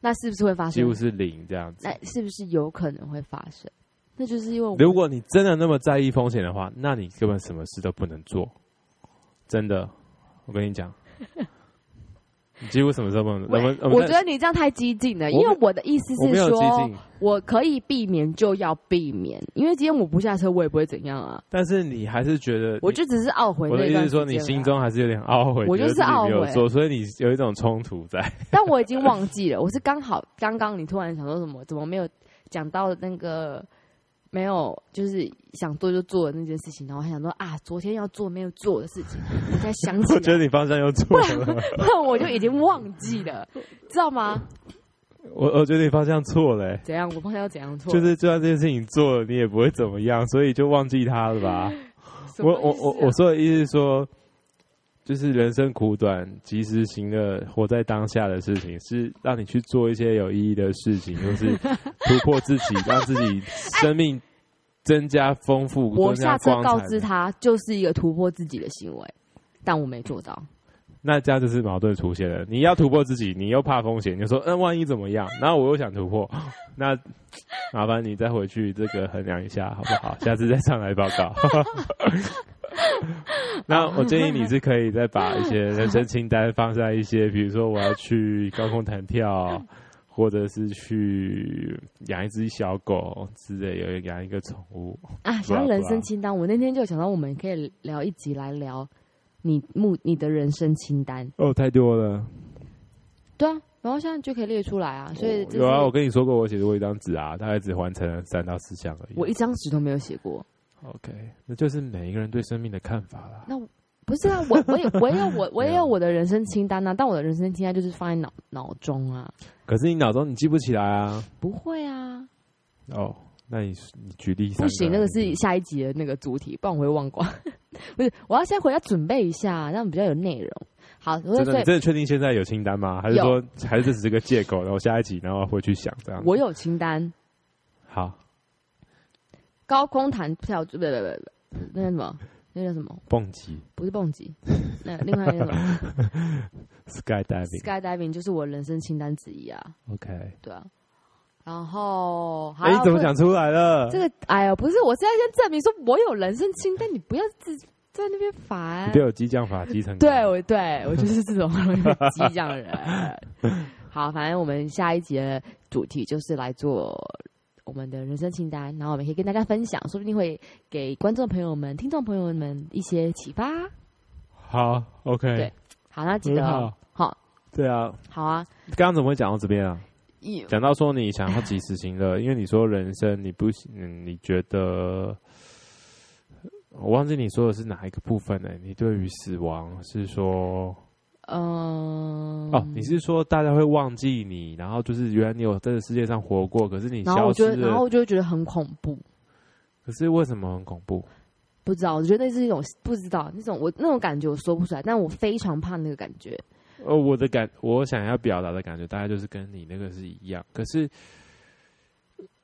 Speaker 2: 那是不是会发
Speaker 1: 几
Speaker 2: 生
Speaker 1: 乎？是零这样子
Speaker 2: 那。是不是有可能会发生？那就是因为我
Speaker 1: 如果你真的那么在意风险的话，那你根本什么事都不能做，真的，我跟你 讲，你几乎什么时候不能？我们
Speaker 2: 我
Speaker 1: 们
Speaker 2: 觉
Speaker 1: 在
Speaker 2: 得你这样太激进了，
Speaker 1: 我
Speaker 2: 因
Speaker 1: 没
Speaker 2: 为我的意思
Speaker 1: 我
Speaker 2: 是
Speaker 1: 没有激
Speaker 2: 说，
Speaker 1: 进，
Speaker 2: 我可以避免就要避免，因为今天我不下车，我也不会怎样啊，
Speaker 1: 但是你还是觉得你，
Speaker 2: 我就只是懊悔
Speaker 1: 我
Speaker 2: 那
Speaker 1: 的
Speaker 2: 一
Speaker 1: 意思
Speaker 2: 段
Speaker 1: 是说，
Speaker 2: 时间而已
Speaker 1: 你
Speaker 2: 啊
Speaker 1: 心，中还是有点懊悔，
Speaker 2: 我
Speaker 1: 觉得
Speaker 2: 就是
Speaker 1: 自己没
Speaker 2: 懊
Speaker 1: 有
Speaker 2: 悔
Speaker 1: 做，所以你有一种冲突 在。
Speaker 2: 但我已经忘记了，我是刚好刚刚你突然想说什么，怎么没有讲到那个没有就是想做就做的那件事情，然后还想说啊，昨天要做没有做的事情，我才想起
Speaker 1: 我觉
Speaker 2: 来，
Speaker 1: 得你方向又错了，
Speaker 2: 不然我就已经忘记了，知道吗？
Speaker 1: 我我觉得你方向错了、欸
Speaker 2: 怎样？我朋友怎样做？
Speaker 1: 就是就算这件事情做了，你也不会怎么样，所以就忘记他了吧？
Speaker 2: 什么
Speaker 1: 我我我
Speaker 2: 意思啊
Speaker 1: 我说的意思是说，就是人生苦短，及时行乐，活在当下的事情，是让你去做一些有意义的事 情，就是突破自己，让自己生命增加丰富，
Speaker 2: 我
Speaker 1: 增
Speaker 2: 下
Speaker 1: 加
Speaker 2: 车
Speaker 1: 光彩
Speaker 2: 告。知他，就是一个突破自己的行为，但我没做到。
Speaker 1: 那这样就是矛盾出现了。你要突破自己，你又怕风险，你就说那万一怎么样？然后我又想突破， 那麻烦你再回去这个衡量一下，好不好？下次再上来报告。 那我建议你是可以再把一些人生清单放在一些，比如说我要去高空弹跳，或者是去养一只小狗之类，有养一个宠物。
Speaker 2: 啊，
Speaker 1: 不
Speaker 2: 想
Speaker 1: 啦
Speaker 2: 要人
Speaker 1: 不啦
Speaker 2: 生清单，我那天就想到我们可以聊一集来聊你目你的人生清单，
Speaker 1: 哦，太多了。
Speaker 2: 对啊，然后现在就可以列出来啊，所以就是
Speaker 1: 有啊，我跟你说过，我写过一张纸啊，大概只完成了三到四项而已。
Speaker 2: 我一张纸都没有写过，
Speaker 1: OK，那就是每一个人对生命的看法啦。
Speaker 2: 那不是啊，我我也我也有我我 也
Speaker 1: 没有
Speaker 2: 有我的人生清单啊，但我的人生清单就是放在脑脑中啊，
Speaker 1: 可是你脑中你记不起来啊。
Speaker 2: 不会啊，
Speaker 1: 哦，那你你举例
Speaker 2: 不行，那个是下一集的那个主题，不然我会忘光。 不是，我要先回家准备一下，让比较有内容。好，我
Speaker 1: 真的，
Speaker 2: 就对
Speaker 1: 你真的确定现在有清单吗？还是说还是这只是个借口，然后下一集然后回去想这样？
Speaker 2: 我有清单，
Speaker 1: 好
Speaker 2: 高空弹跳，不不不不，那叫什么？那叫什么？
Speaker 1: 蹦极
Speaker 2: 不是蹦极，那另外那叫 什么
Speaker 1: skydiving
Speaker 2: skydiving 就是我人生清单之一啊，
Speaker 1: OK，
Speaker 2: 对啊。然后，好
Speaker 1: 哎，
Speaker 2: 啊
Speaker 1: 你怎么？
Speaker 2: 不
Speaker 1: 讲出来了？
Speaker 2: 这个，哎呀，不是，我是要先证明说我有人生清单，你不要自己在那边
Speaker 1: 你
Speaker 2: 烦。
Speaker 1: 对我激将法激成功
Speaker 2: 对，我对我就是 这种容易被激将的人。好，反正我们下一集的主题就是来做我们的人生清单，然后我们可以跟大家分享，说不定会给观众朋友们、听众朋友们一些启发。
Speaker 1: 好 OK，
Speaker 2: 对好，那记
Speaker 1: 很
Speaker 2: 得
Speaker 1: 好
Speaker 2: 好，
Speaker 1: 对啊，
Speaker 2: 好啊，
Speaker 1: 刚刚怎么会讲到这边啊？
Speaker 2: 一
Speaker 1: 讲到说你想要及时行乐，因为你说人生你不喜，嗯，你觉得我忘记你说的是哪一个部分呢、你对于死亡是说
Speaker 2: 呃嗯
Speaker 1: 哦，你是说大家会忘记你，然后就是原来你有在这世界上活过，可是你
Speaker 2: 然后
Speaker 1: 消
Speaker 2: 我就
Speaker 1: 失
Speaker 2: 会然后
Speaker 1: 了，
Speaker 2: 我就会觉得很恐怖，
Speaker 1: 可是为什么很恐怖？
Speaker 2: 不知道，我觉得那是一种不知道那种我那种感觉我说不出来，但我非常怕那个感觉。
Speaker 1: 呃，我的感，我想要表达的感觉，大概就是跟你那个是一样。可是，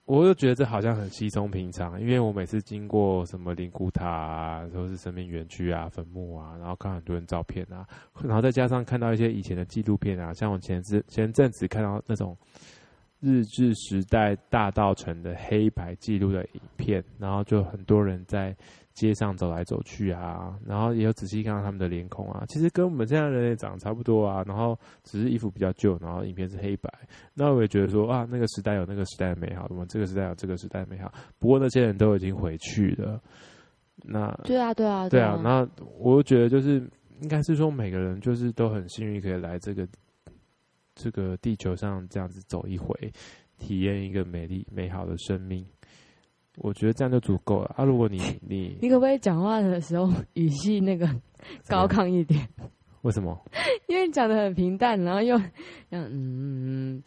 Speaker 1: 我又觉得这好像很稀松平常，因为我每次经过什么灵骨塔啊，或是生命园区啊、坟墓啊，然后看很多人照片啊，然后再加上看到一些以前的纪录片啊，像我前阵前阵子看到那种日治时代大道城的黑白记录的影片，然后就很多人在。街上走来走去啊，然后也有仔细看到他们的脸孔啊，其实跟我们现在人类长得差不多啊，然后只是衣服比较旧，然后影片是黑白。那我也觉得说啊，那个时代有那个时代的美好，我们这个时代有这个时代的美好。不过那些人都已经回去了，那
Speaker 2: 对啊，对啊，
Speaker 1: 对
Speaker 2: 啊
Speaker 1: 啊，，那我又觉得就是应该是说每个人就是都很幸运可以来这个这个地球上这样子走一回，体验一个美丽美好的生命。我觉得这样就足够了啊！如果 你你
Speaker 2: 你可不可以讲话的时候语气那个
Speaker 1: 怎么
Speaker 2: 高
Speaker 1: 样
Speaker 2: 亢一点？
Speaker 1: 为什么？
Speaker 2: 因为你讲的很平淡，然后又嗯嗯嗯，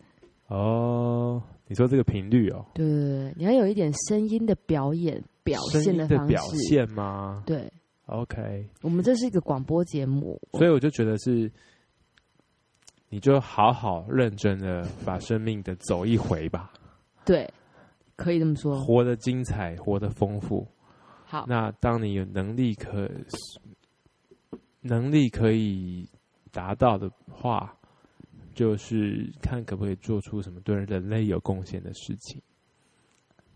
Speaker 1: 哦，你说这个频率哦，
Speaker 2: 对对对，你要有一点声音的表演表现
Speaker 1: 声音
Speaker 2: 方
Speaker 1: 的
Speaker 2: 式。
Speaker 1: 表现吗
Speaker 2: 对，
Speaker 1: ？OK，
Speaker 2: 我们这是一个广播节目，
Speaker 1: 所以我就觉得是，你就好好认真的把生命的走一回吧，
Speaker 2: 对，可以这么说。
Speaker 1: 活得精彩，活得丰富。
Speaker 2: 好，
Speaker 1: 那当你有能力可能力可以达到的话，就是看可不可以做出什么对人类有贡献的事情。嗯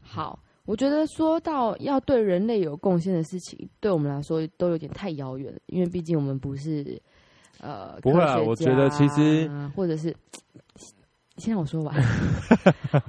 Speaker 2: 好，我觉得说到要对人类有贡献的事情，对我们来说都有点太遥远了，因为毕竟我们不是呃，
Speaker 1: 不会啊
Speaker 2: 科学家
Speaker 1: 我觉得其实
Speaker 2: 或者是，先让我 说完，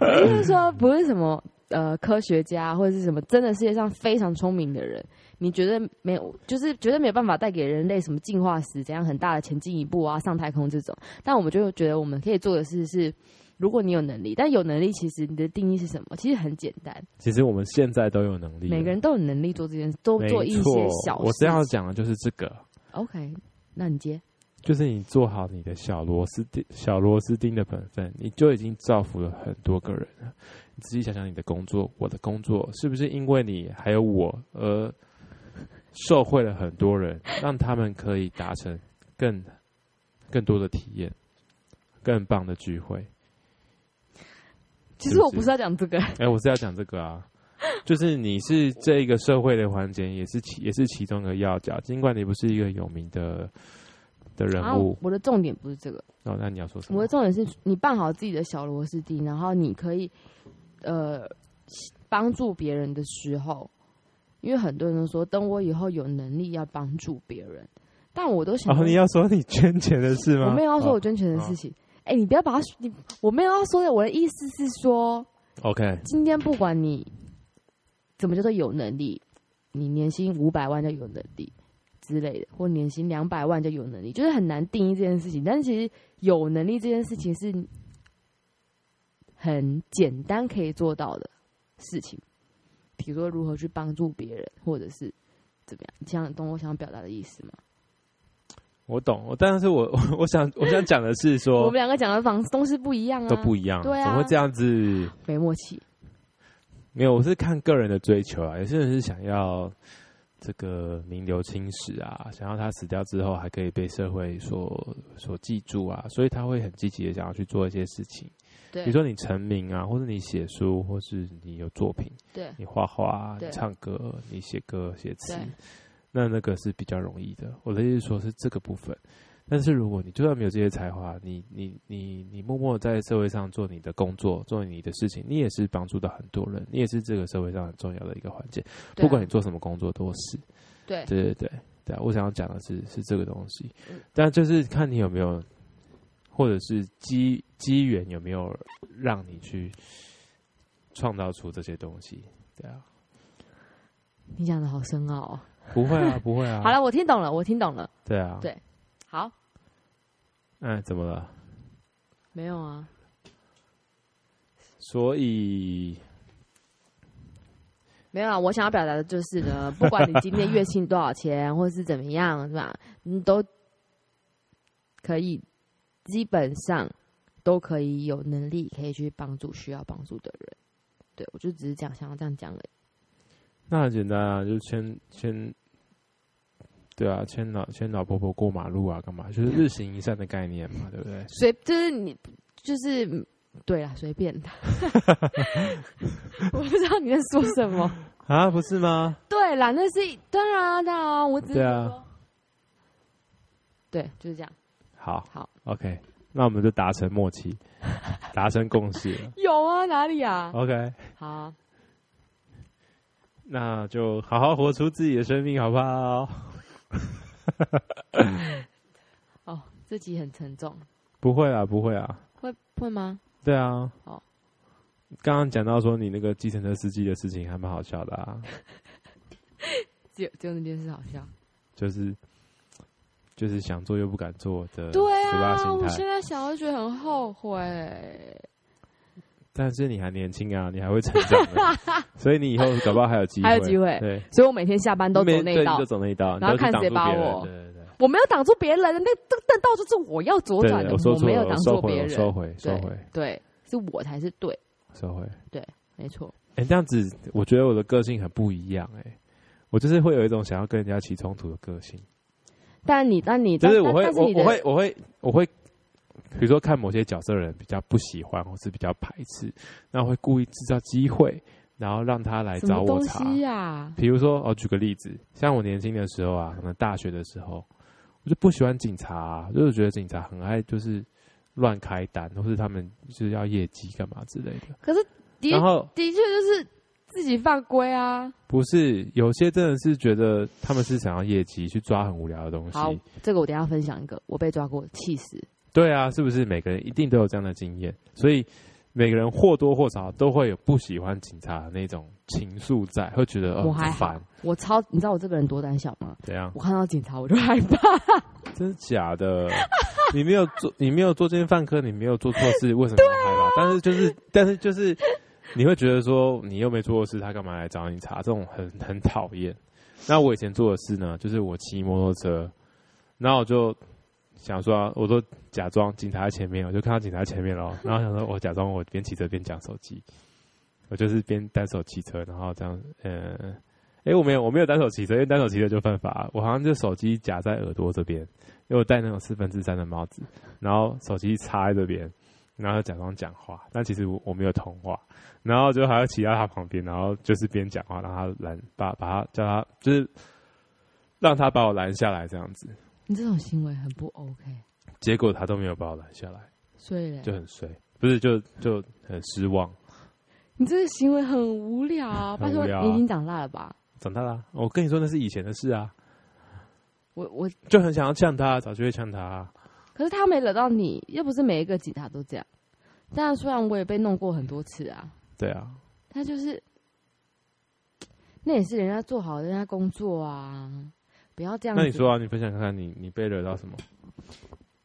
Speaker 2: 我就是说不是什么呃科学家或者是什么，真的世界上非常聪明的人。你觉得没有，就是绝对没有办法带给人类什么进化史怎样很大的前进一步啊，上太空这种。但我们就觉得我们可以做的事是，如果你有能力，但有能力其实你的定义是什么？其实很简单，
Speaker 1: 其实我们现在都有能力了，
Speaker 2: 每个人都有能力做这件事，都
Speaker 1: 没
Speaker 2: 做一些
Speaker 1: 错
Speaker 2: 小事。
Speaker 1: 我这样讲的就是这个。
Speaker 2: OK，那你接
Speaker 1: 就是你做好你的小螺丝钉、小螺丝钉的本分，你就已经造福了很多个人了。你仔细想想，你的工作，我的工作，是不是因为你还有我而受惠了很多人，让他们可以达成更更多的体验，更棒的聚会？
Speaker 2: 其
Speaker 1: 是
Speaker 2: 实
Speaker 1: 不
Speaker 2: 我不
Speaker 1: 是
Speaker 2: 是要讲这个，
Speaker 1: 哎、我是要讲这个啊，就是你是这一个社会的环节，也是其也是其中一个要角。尽管你不是一个有名的的人
Speaker 2: 然后
Speaker 1: 物，
Speaker 2: 啊我的重点不是这个，
Speaker 1: 哦，那你要说什
Speaker 2: 我
Speaker 1: 么
Speaker 2: 的？重点是你办好自己的小螺丝钉，然后你可以呃帮助别人的时候，因为很多人都说，等我以后有能力要帮助别人，但我都想
Speaker 1: 哦，
Speaker 2: 说，
Speaker 1: 你要说你捐钱的事吗？
Speaker 2: 我没有要说我
Speaker 1: 哦、
Speaker 2: 捐钱的事情。哎、你不要把它，你我没有要说的，我的意思是说，
Speaker 1: OK，
Speaker 2: 今天不管你怎么叫做有能力，你年薪五百万就有能力之类的，或年薪两百万就有能力，就是很难定义这件事情。但是其实有能力这件事情是很简单可以做到的事情，比如说如何去帮助别人，或者是怎么样。你想懂我想表达的意思吗？
Speaker 1: 我懂。我但是我 我我想我想讲的是
Speaker 2: 我
Speaker 1: 说
Speaker 2: 们两个讲的方东西不一样啊，
Speaker 1: 哦都不一样，
Speaker 2: 对啊
Speaker 1: 怎么会这样子？
Speaker 2: 没默契。
Speaker 1: 没有，我是看个人的追求啊，有些人是想要这个名留青史啊，想要他死掉之后还可以被社会所所记住啊，所以他会很积极的想要去做一些事情，
Speaker 2: 对，
Speaker 1: 比如说你成名啊，或者你写书，或是你有作品，
Speaker 2: 对
Speaker 1: 你画画、
Speaker 2: 对
Speaker 1: 你唱歌、你写歌、写词
Speaker 2: 对，啊
Speaker 1: 那那个是比较容易的。我的意思说是这个部分。但是如果你就算没有这些才华，你你你你默默在社会上做你的工作，做你的事情，你也是帮助到很多人，你也是这个社会上很重要的一个环节。
Speaker 2: 对啊
Speaker 1: 不管你做什么工作都是，
Speaker 2: 对
Speaker 1: 对对对对啊！我想要讲的是是这个东西
Speaker 2: 嗯，
Speaker 1: 但就是看你有没有，或者是机机缘有没有让你去创造出这些东西，对啊，
Speaker 2: 你讲的好深奥、哦。
Speaker 1: 不会啊，不会啊，
Speaker 2: 好了，我听懂了，我听懂了。
Speaker 1: 对啊，
Speaker 2: 对好，
Speaker 1: 嗯，怎么了？
Speaker 2: 没有啊。
Speaker 1: 所以
Speaker 2: 没有啊，我想要表达的就是 呢，不管你今天月薪多少钱，或是怎么样，是吧？你都可以，基本上都可以有能力可以去帮助需要帮助的人。对，我就只是讲想要这样讲而已。
Speaker 1: 那很简单啊，就牵牵，对啊，牵老牵老婆婆过马路啊，干嘛？就是日行一善的概念嘛，对不对？
Speaker 2: 随就是你就是嗯对啦，随便 的。我不知道你在说什么。
Speaker 1: 啊，不是吗？
Speaker 2: 对啦，那是当然啊，当然啊，我只是
Speaker 1: 对啊
Speaker 2: 说，对，就是这样。
Speaker 1: 好，
Speaker 2: 好
Speaker 1: ，OK，那我们就达成默契， 达成共识了。
Speaker 2: 有啊，哪里啊？
Speaker 1: OK，
Speaker 2: 好啊，
Speaker 1: 那就好好活出自己的生命，好不好？
Speaker 2: 哦，这集很沉重，
Speaker 1: 不会啊，不会啊，
Speaker 2: 会会吗？
Speaker 1: 对啊。
Speaker 2: 好。
Speaker 1: 刚刚讲到说你那个计程车司机的事情还蛮好笑的啊，
Speaker 2: 只有只有那件事好笑。
Speaker 1: 就是就是想做又不敢做的
Speaker 2: 对
Speaker 1: 俗辣
Speaker 2: 啊，
Speaker 1: 心
Speaker 2: 我
Speaker 1: 态
Speaker 2: 现。在想要觉得很后悔。
Speaker 1: 但是你还年轻啊，你还会成长 的，所以你以后搞不好还有机会，
Speaker 2: 还有机会
Speaker 1: 对，
Speaker 2: 所以我每天下班都走
Speaker 1: 没
Speaker 2: 那
Speaker 1: 对
Speaker 2: 一道
Speaker 1: 你就，走那一道，
Speaker 2: 然
Speaker 1: 你
Speaker 2: 后
Speaker 1: 都去
Speaker 2: 看
Speaker 1: 挡
Speaker 2: 谁
Speaker 1: 住
Speaker 2: 把
Speaker 1: 别人
Speaker 2: 我
Speaker 1: 对对对。
Speaker 2: 我没有挡住别人，那那那道就是我要左
Speaker 1: 对
Speaker 2: 转的，
Speaker 1: 我说错
Speaker 2: 没有
Speaker 1: 了，我
Speaker 2: 挡
Speaker 1: 收
Speaker 2: 住
Speaker 1: 回，
Speaker 2: 别
Speaker 1: 我
Speaker 2: 人。
Speaker 1: 收回，收回，
Speaker 2: 对，是我才是对，
Speaker 1: 收回。
Speaker 2: 没错。
Speaker 1: 哎、这样子，我觉得我的个性很不一样、哎，我就是会有一种想要跟人家起冲突的个性，
Speaker 2: 但你，但你，
Speaker 1: 就
Speaker 2: 但
Speaker 1: 是我会
Speaker 2: 但，是
Speaker 1: 我
Speaker 2: 你的
Speaker 1: 我会，我会，我会，比如说看某些角色的人比较不喜欢，或是比较排斥，那会故意制造机会，然后让他来
Speaker 2: 什
Speaker 1: 找
Speaker 2: 么
Speaker 1: 我
Speaker 2: 东
Speaker 1: 茬。
Speaker 2: 西啊呀？
Speaker 1: 比如说，哦，举个例子，像我年轻的时候啊，可能大学的时候，我就不喜欢警察、啊，就是觉得警察很爱就是乱开单，或是他们就是要业绩干嘛之类的。
Speaker 2: 可是的
Speaker 1: 然后
Speaker 2: 的确就是自己犯规啊。
Speaker 1: 不是有些真的是觉得他们是想要业绩去抓很无聊的东
Speaker 2: 好
Speaker 1: 西，，
Speaker 2: 这个我等一下分享一个，我被抓过，气死。
Speaker 1: 对啊，是不是每个人一定都有这样的经验？所以每个人或多或少都会有不喜欢警察的那种情愫在，会觉得
Speaker 2: 我
Speaker 1: 哦
Speaker 2: 还
Speaker 1: 很
Speaker 2: 好
Speaker 1: 烦，
Speaker 2: 我超，你知道我这个人多胆小吗？
Speaker 1: 怎样？
Speaker 2: 我看到警察我就害怕，
Speaker 1: 真的假的？ 你没有做，你没有做奸犯科，你没有做错事，为什么要害怕？但是就是，但是就是，你会觉得说你又没做错事，他干嘛来找你查？这种很很讨厌。那我以前做的事呢，就是我骑摩托车，然后我就想说、啊，我都假装警察在前面，我就看到警察在前面咯，然后想说我假装我边骑车边讲手机，我就是边单手骑车，然后这样，呃。诶，我没有，我没有单手骑车，因为单手骑车就犯法。我好像就手机夹在耳朵这边，因为我戴那种四分之三的帽子，然后手机插在这边，然后假装讲话，但其实我我没有通话，然后就还要骑到他旁边，然后就是边讲话让他拦，把把他叫他就是让他把我拦下来这样子，
Speaker 2: 你这种行为很不 OK。
Speaker 1: 结果他都没有把我拦下来，
Speaker 2: 所以嘞，
Speaker 1: 就很衰，不是就就很失望。
Speaker 2: 你这个行为很无聊啊！拜
Speaker 1: 很
Speaker 2: 托，
Speaker 1: 无聊啊
Speaker 2: 你已经长大了吧？
Speaker 1: 长大啦、我跟你说那是以前的事啊，
Speaker 2: 我我，
Speaker 1: 就很想要呛他，早就会呛他啊、
Speaker 2: 可是他没惹到你，又不是每一个警察都这样。当然，虽然我也被弄过很多次啊，
Speaker 1: 对啊，
Speaker 2: 他就是，那也是人家做好人家工作啊，不要这样子。
Speaker 1: 那你说啊，你分享看看你你被惹到什么？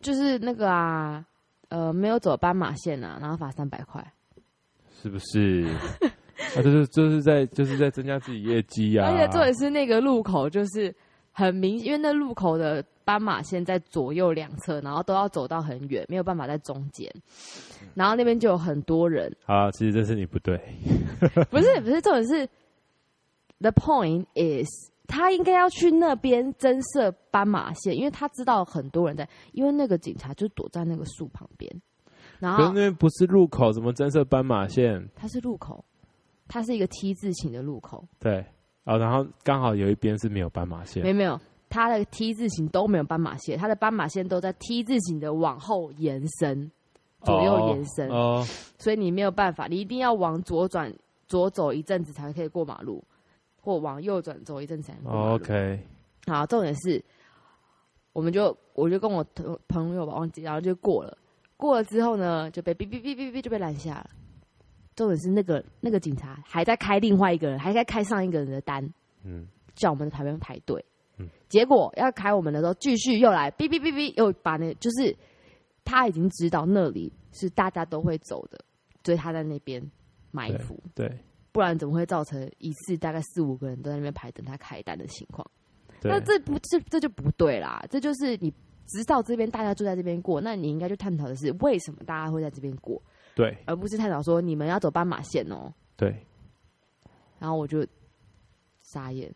Speaker 2: 就是那个啊，呃，没有走斑马线啊，然后罚三百块。
Speaker 1: 是不 是？啊，就是就是在就是在增加自己业绩呀、啊。
Speaker 2: 而且重点是那个路口就是很明，因为那路口的斑马线在左右两侧，然后都要走到很远，没有办法在中间。
Speaker 1: 嗯
Speaker 2: 然后那边就有很多人，
Speaker 1: 啊，其实这是你不对，
Speaker 2: 不是不是，重点是，the point is，他应该要去那边增设斑马线，因为他知道很多人在，因为那个警察就躲在那个树旁边，然
Speaker 1: 可是那
Speaker 2: 后
Speaker 1: 边不是路口，怎么增设斑马线？
Speaker 2: 它是路口，它是一个 T 字形的路口，
Speaker 1: 对，哦，然后刚好有一边是没有斑马线哦
Speaker 2: 没，有没有，它的 T 字形都没有斑马线，它的斑马线都在 T 字形的往后延伸，左右延伸，
Speaker 1: 哦，哦
Speaker 2: 所以你没有办法，你一定要往左转左走一阵子才可以过马路，或往右转走一阵子才能过马路。
Speaker 1: 哦 OK，
Speaker 2: 好，重点是，我们就我就跟我同朋友吧，忘记，然后就过了。过了之后呢，就被哔哔哔哔哔就被拦下了。重点是那个那个警察还在开另外一个人，还在开上一个人的单，
Speaker 1: 嗯，
Speaker 2: 叫我们在旁边排队。
Speaker 1: 嗯
Speaker 2: 结果要开我们的时候，继续又来哔哔哔哔，又把那就是他已经知道那里是大家都会走的，所以他在那边埋伏，
Speaker 1: 对
Speaker 2: 不然怎么会造成一次大概四五个人都在那边排等他开单的情况？
Speaker 1: 对
Speaker 2: 那，这不这这就不对啦，这就是你知道这边大家就在这边过，那你应该去探讨的是为什么大家会在这边过，
Speaker 1: 对
Speaker 2: 而不是探讨说你们要走斑马线哦、
Speaker 1: 对，
Speaker 2: 然后我就傻眼，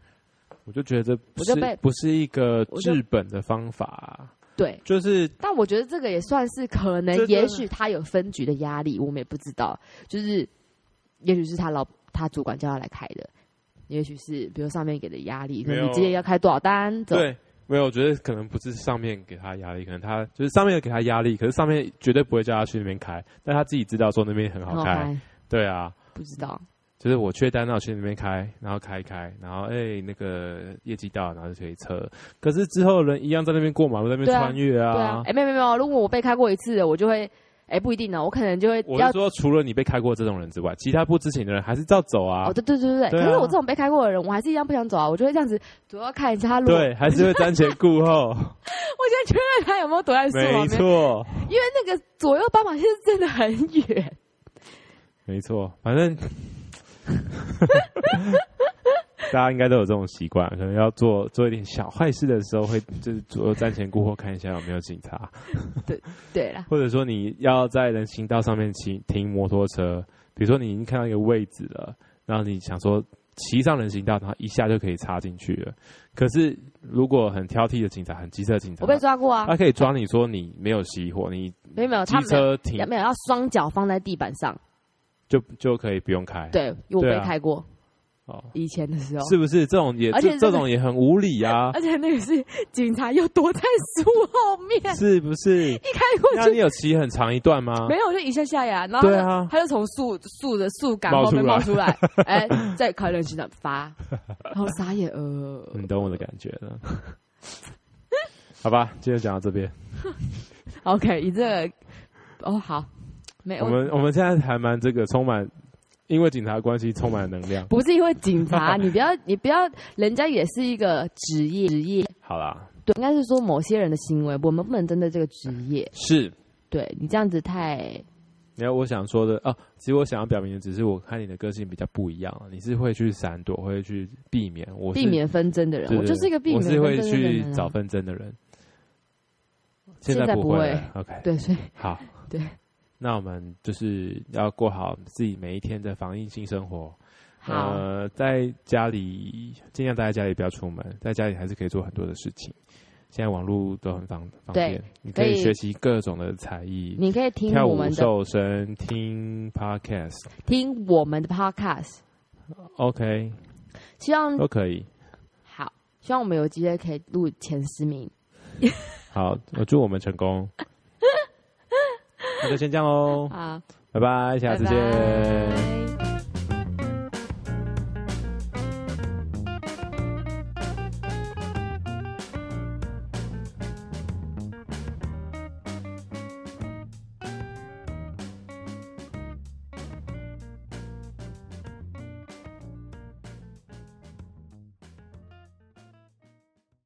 Speaker 1: 我就觉得这不
Speaker 2: 我就是被
Speaker 1: 不是一个
Speaker 2: 我就
Speaker 1: 治本的方法啊，
Speaker 2: 对。
Speaker 1: 就是
Speaker 2: 但我觉得这个也算是可能
Speaker 1: 这，个
Speaker 2: 也许他有分局的压力，我们也不知道。就是，也许是他老他主管叫他来开的，也许是比如上面给的压力，可
Speaker 1: 没
Speaker 2: 能
Speaker 1: 有
Speaker 2: 你今天要开多少单，走
Speaker 1: 对。没有，我觉得可能不是上面给他压力，可能他就是上面给他压力，可是上面绝对不会叫他去那边开，但他自己知道说那边很
Speaker 2: 然
Speaker 1: 好
Speaker 2: 后
Speaker 1: 开，
Speaker 2: 开，
Speaker 1: 对啊，
Speaker 2: 不知道。
Speaker 1: 就是我缺单，那我去那边开，然后开一开，然后哎、那个业绩到，然后就可以撤。可是之后人一样在那边过马路，在那
Speaker 2: 对
Speaker 1: 边
Speaker 2: 啊
Speaker 1: 穿越
Speaker 2: 对啊，哎、没有没有没有，如果我被开过一次，我就会，哎、不一定呢，我可能就会
Speaker 1: 我
Speaker 2: 要
Speaker 1: 是说，除了你被开过这种人之外，其他不知情的人还是照走啊。
Speaker 2: 哦，对对对对对。
Speaker 1: 对啊
Speaker 2: 可是我这种被开过的人，我还是一样不想走啊，我就会这样子，主要看一下他路。我
Speaker 1: 对，还是会瞻前顾后，
Speaker 2: 现在确认他有没有躲在树旁
Speaker 1: 没
Speaker 2: 边，
Speaker 1: 错，
Speaker 2: 因为那个左右斑马线是真的很远。
Speaker 1: 没错，反正 大家应该都有这种习惯，可能要做做一点小坏事的时候，会就是左右瞻前顾后，看一下有没有警察，
Speaker 2: 对啦，
Speaker 1: 或者说你要在人行道上面骑停摩托车，比如说你已经看到一个位置了，然后你想说骑上人行道，然后一下就可以插进去了，可是如果很挑剔的警察，很机车的警察，
Speaker 2: 我被抓过啊，
Speaker 1: 他可以抓你说你没有熄火，你
Speaker 2: 没有没有，
Speaker 1: 机
Speaker 2: 哦他没有
Speaker 1: 车停
Speaker 2: 要没有要双脚放在地板上。
Speaker 1: 就就可以不用开。
Speaker 2: 对，我
Speaker 1: 对
Speaker 2: 被
Speaker 1: 啊
Speaker 2: 开过，
Speaker 1: 哦，
Speaker 2: 以前的时候。
Speaker 1: 是不是这种也
Speaker 2: 而且
Speaker 1: 这
Speaker 2: 这个
Speaker 1: 这种也很无理啊？
Speaker 2: 而且那个是警察又躲在树后面，
Speaker 1: 是不是？
Speaker 2: 一开过
Speaker 1: 那你
Speaker 2: 去
Speaker 1: 有骑很长一段吗？
Speaker 2: 没有，就一下下呀，然后
Speaker 1: 对啊
Speaker 2: 他就从树树的树干
Speaker 1: 冒
Speaker 2: 后面
Speaker 1: 出来
Speaker 2: 冒出 来，哎，在开人行道罚，然后傻眼呃，
Speaker 1: 你嗯懂我的感觉了。 好吧，今天讲到这边，
Speaker 2: OK，你这个哦好，没有
Speaker 1: 我们我们现在还蛮这个充满，因为警察关系充满能 量。
Speaker 2: 不是因为 警察，你不要你不要，人家也是一个职业职业，
Speaker 1: 好啦，
Speaker 2: 对，应该是说某些人的行为，我们不能针对这个职业，
Speaker 1: 是。
Speaker 2: 对你这样子太
Speaker 1: 然后我想说的哦，其实我想要表明的只是我看你的个性比较不一样，你是会去闪躲，会去避免，我是
Speaker 2: 避免纷争的人，
Speaker 1: 对
Speaker 2: 我
Speaker 1: 对
Speaker 2: 就是一个避免
Speaker 1: 我是
Speaker 2: 纷争的
Speaker 1: 会
Speaker 2: 人啊、
Speaker 1: 去找纷争的人。现在
Speaker 2: 现在
Speaker 1: 不
Speaker 2: 不
Speaker 1: 会
Speaker 2: 会
Speaker 1: 了，OK，
Speaker 2: 对，所以
Speaker 1: 好，
Speaker 2: 对，
Speaker 1: 那我们就是要过好自己每一天的防疫性生活。
Speaker 2: 好、
Speaker 1: 呃，在家里尽量待在家里，不要出门，在家里还是可以做很多的事情。现在网络都很方方
Speaker 2: 对
Speaker 1: 便，你
Speaker 2: 可
Speaker 1: 可以
Speaker 2: 以
Speaker 1: 学习各种的才艺，
Speaker 2: 你可以听
Speaker 1: 跳
Speaker 2: 我
Speaker 1: 舞、
Speaker 2: 们的
Speaker 1: 瘦身、听 podcast，OK，、
Speaker 2: 听我们的 podcast，
Speaker 1: OK，
Speaker 2: 希望
Speaker 1: 都可以。
Speaker 2: 好，希望我们有机会可以录前十名。
Speaker 1: 好，我祝我们成 功。那就先这样喽，哦
Speaker 2: 好，
Speaker 1: 拜拜，下次
Speaker 2: 拜
Speaker 1: 见。
Speaker 2: 拜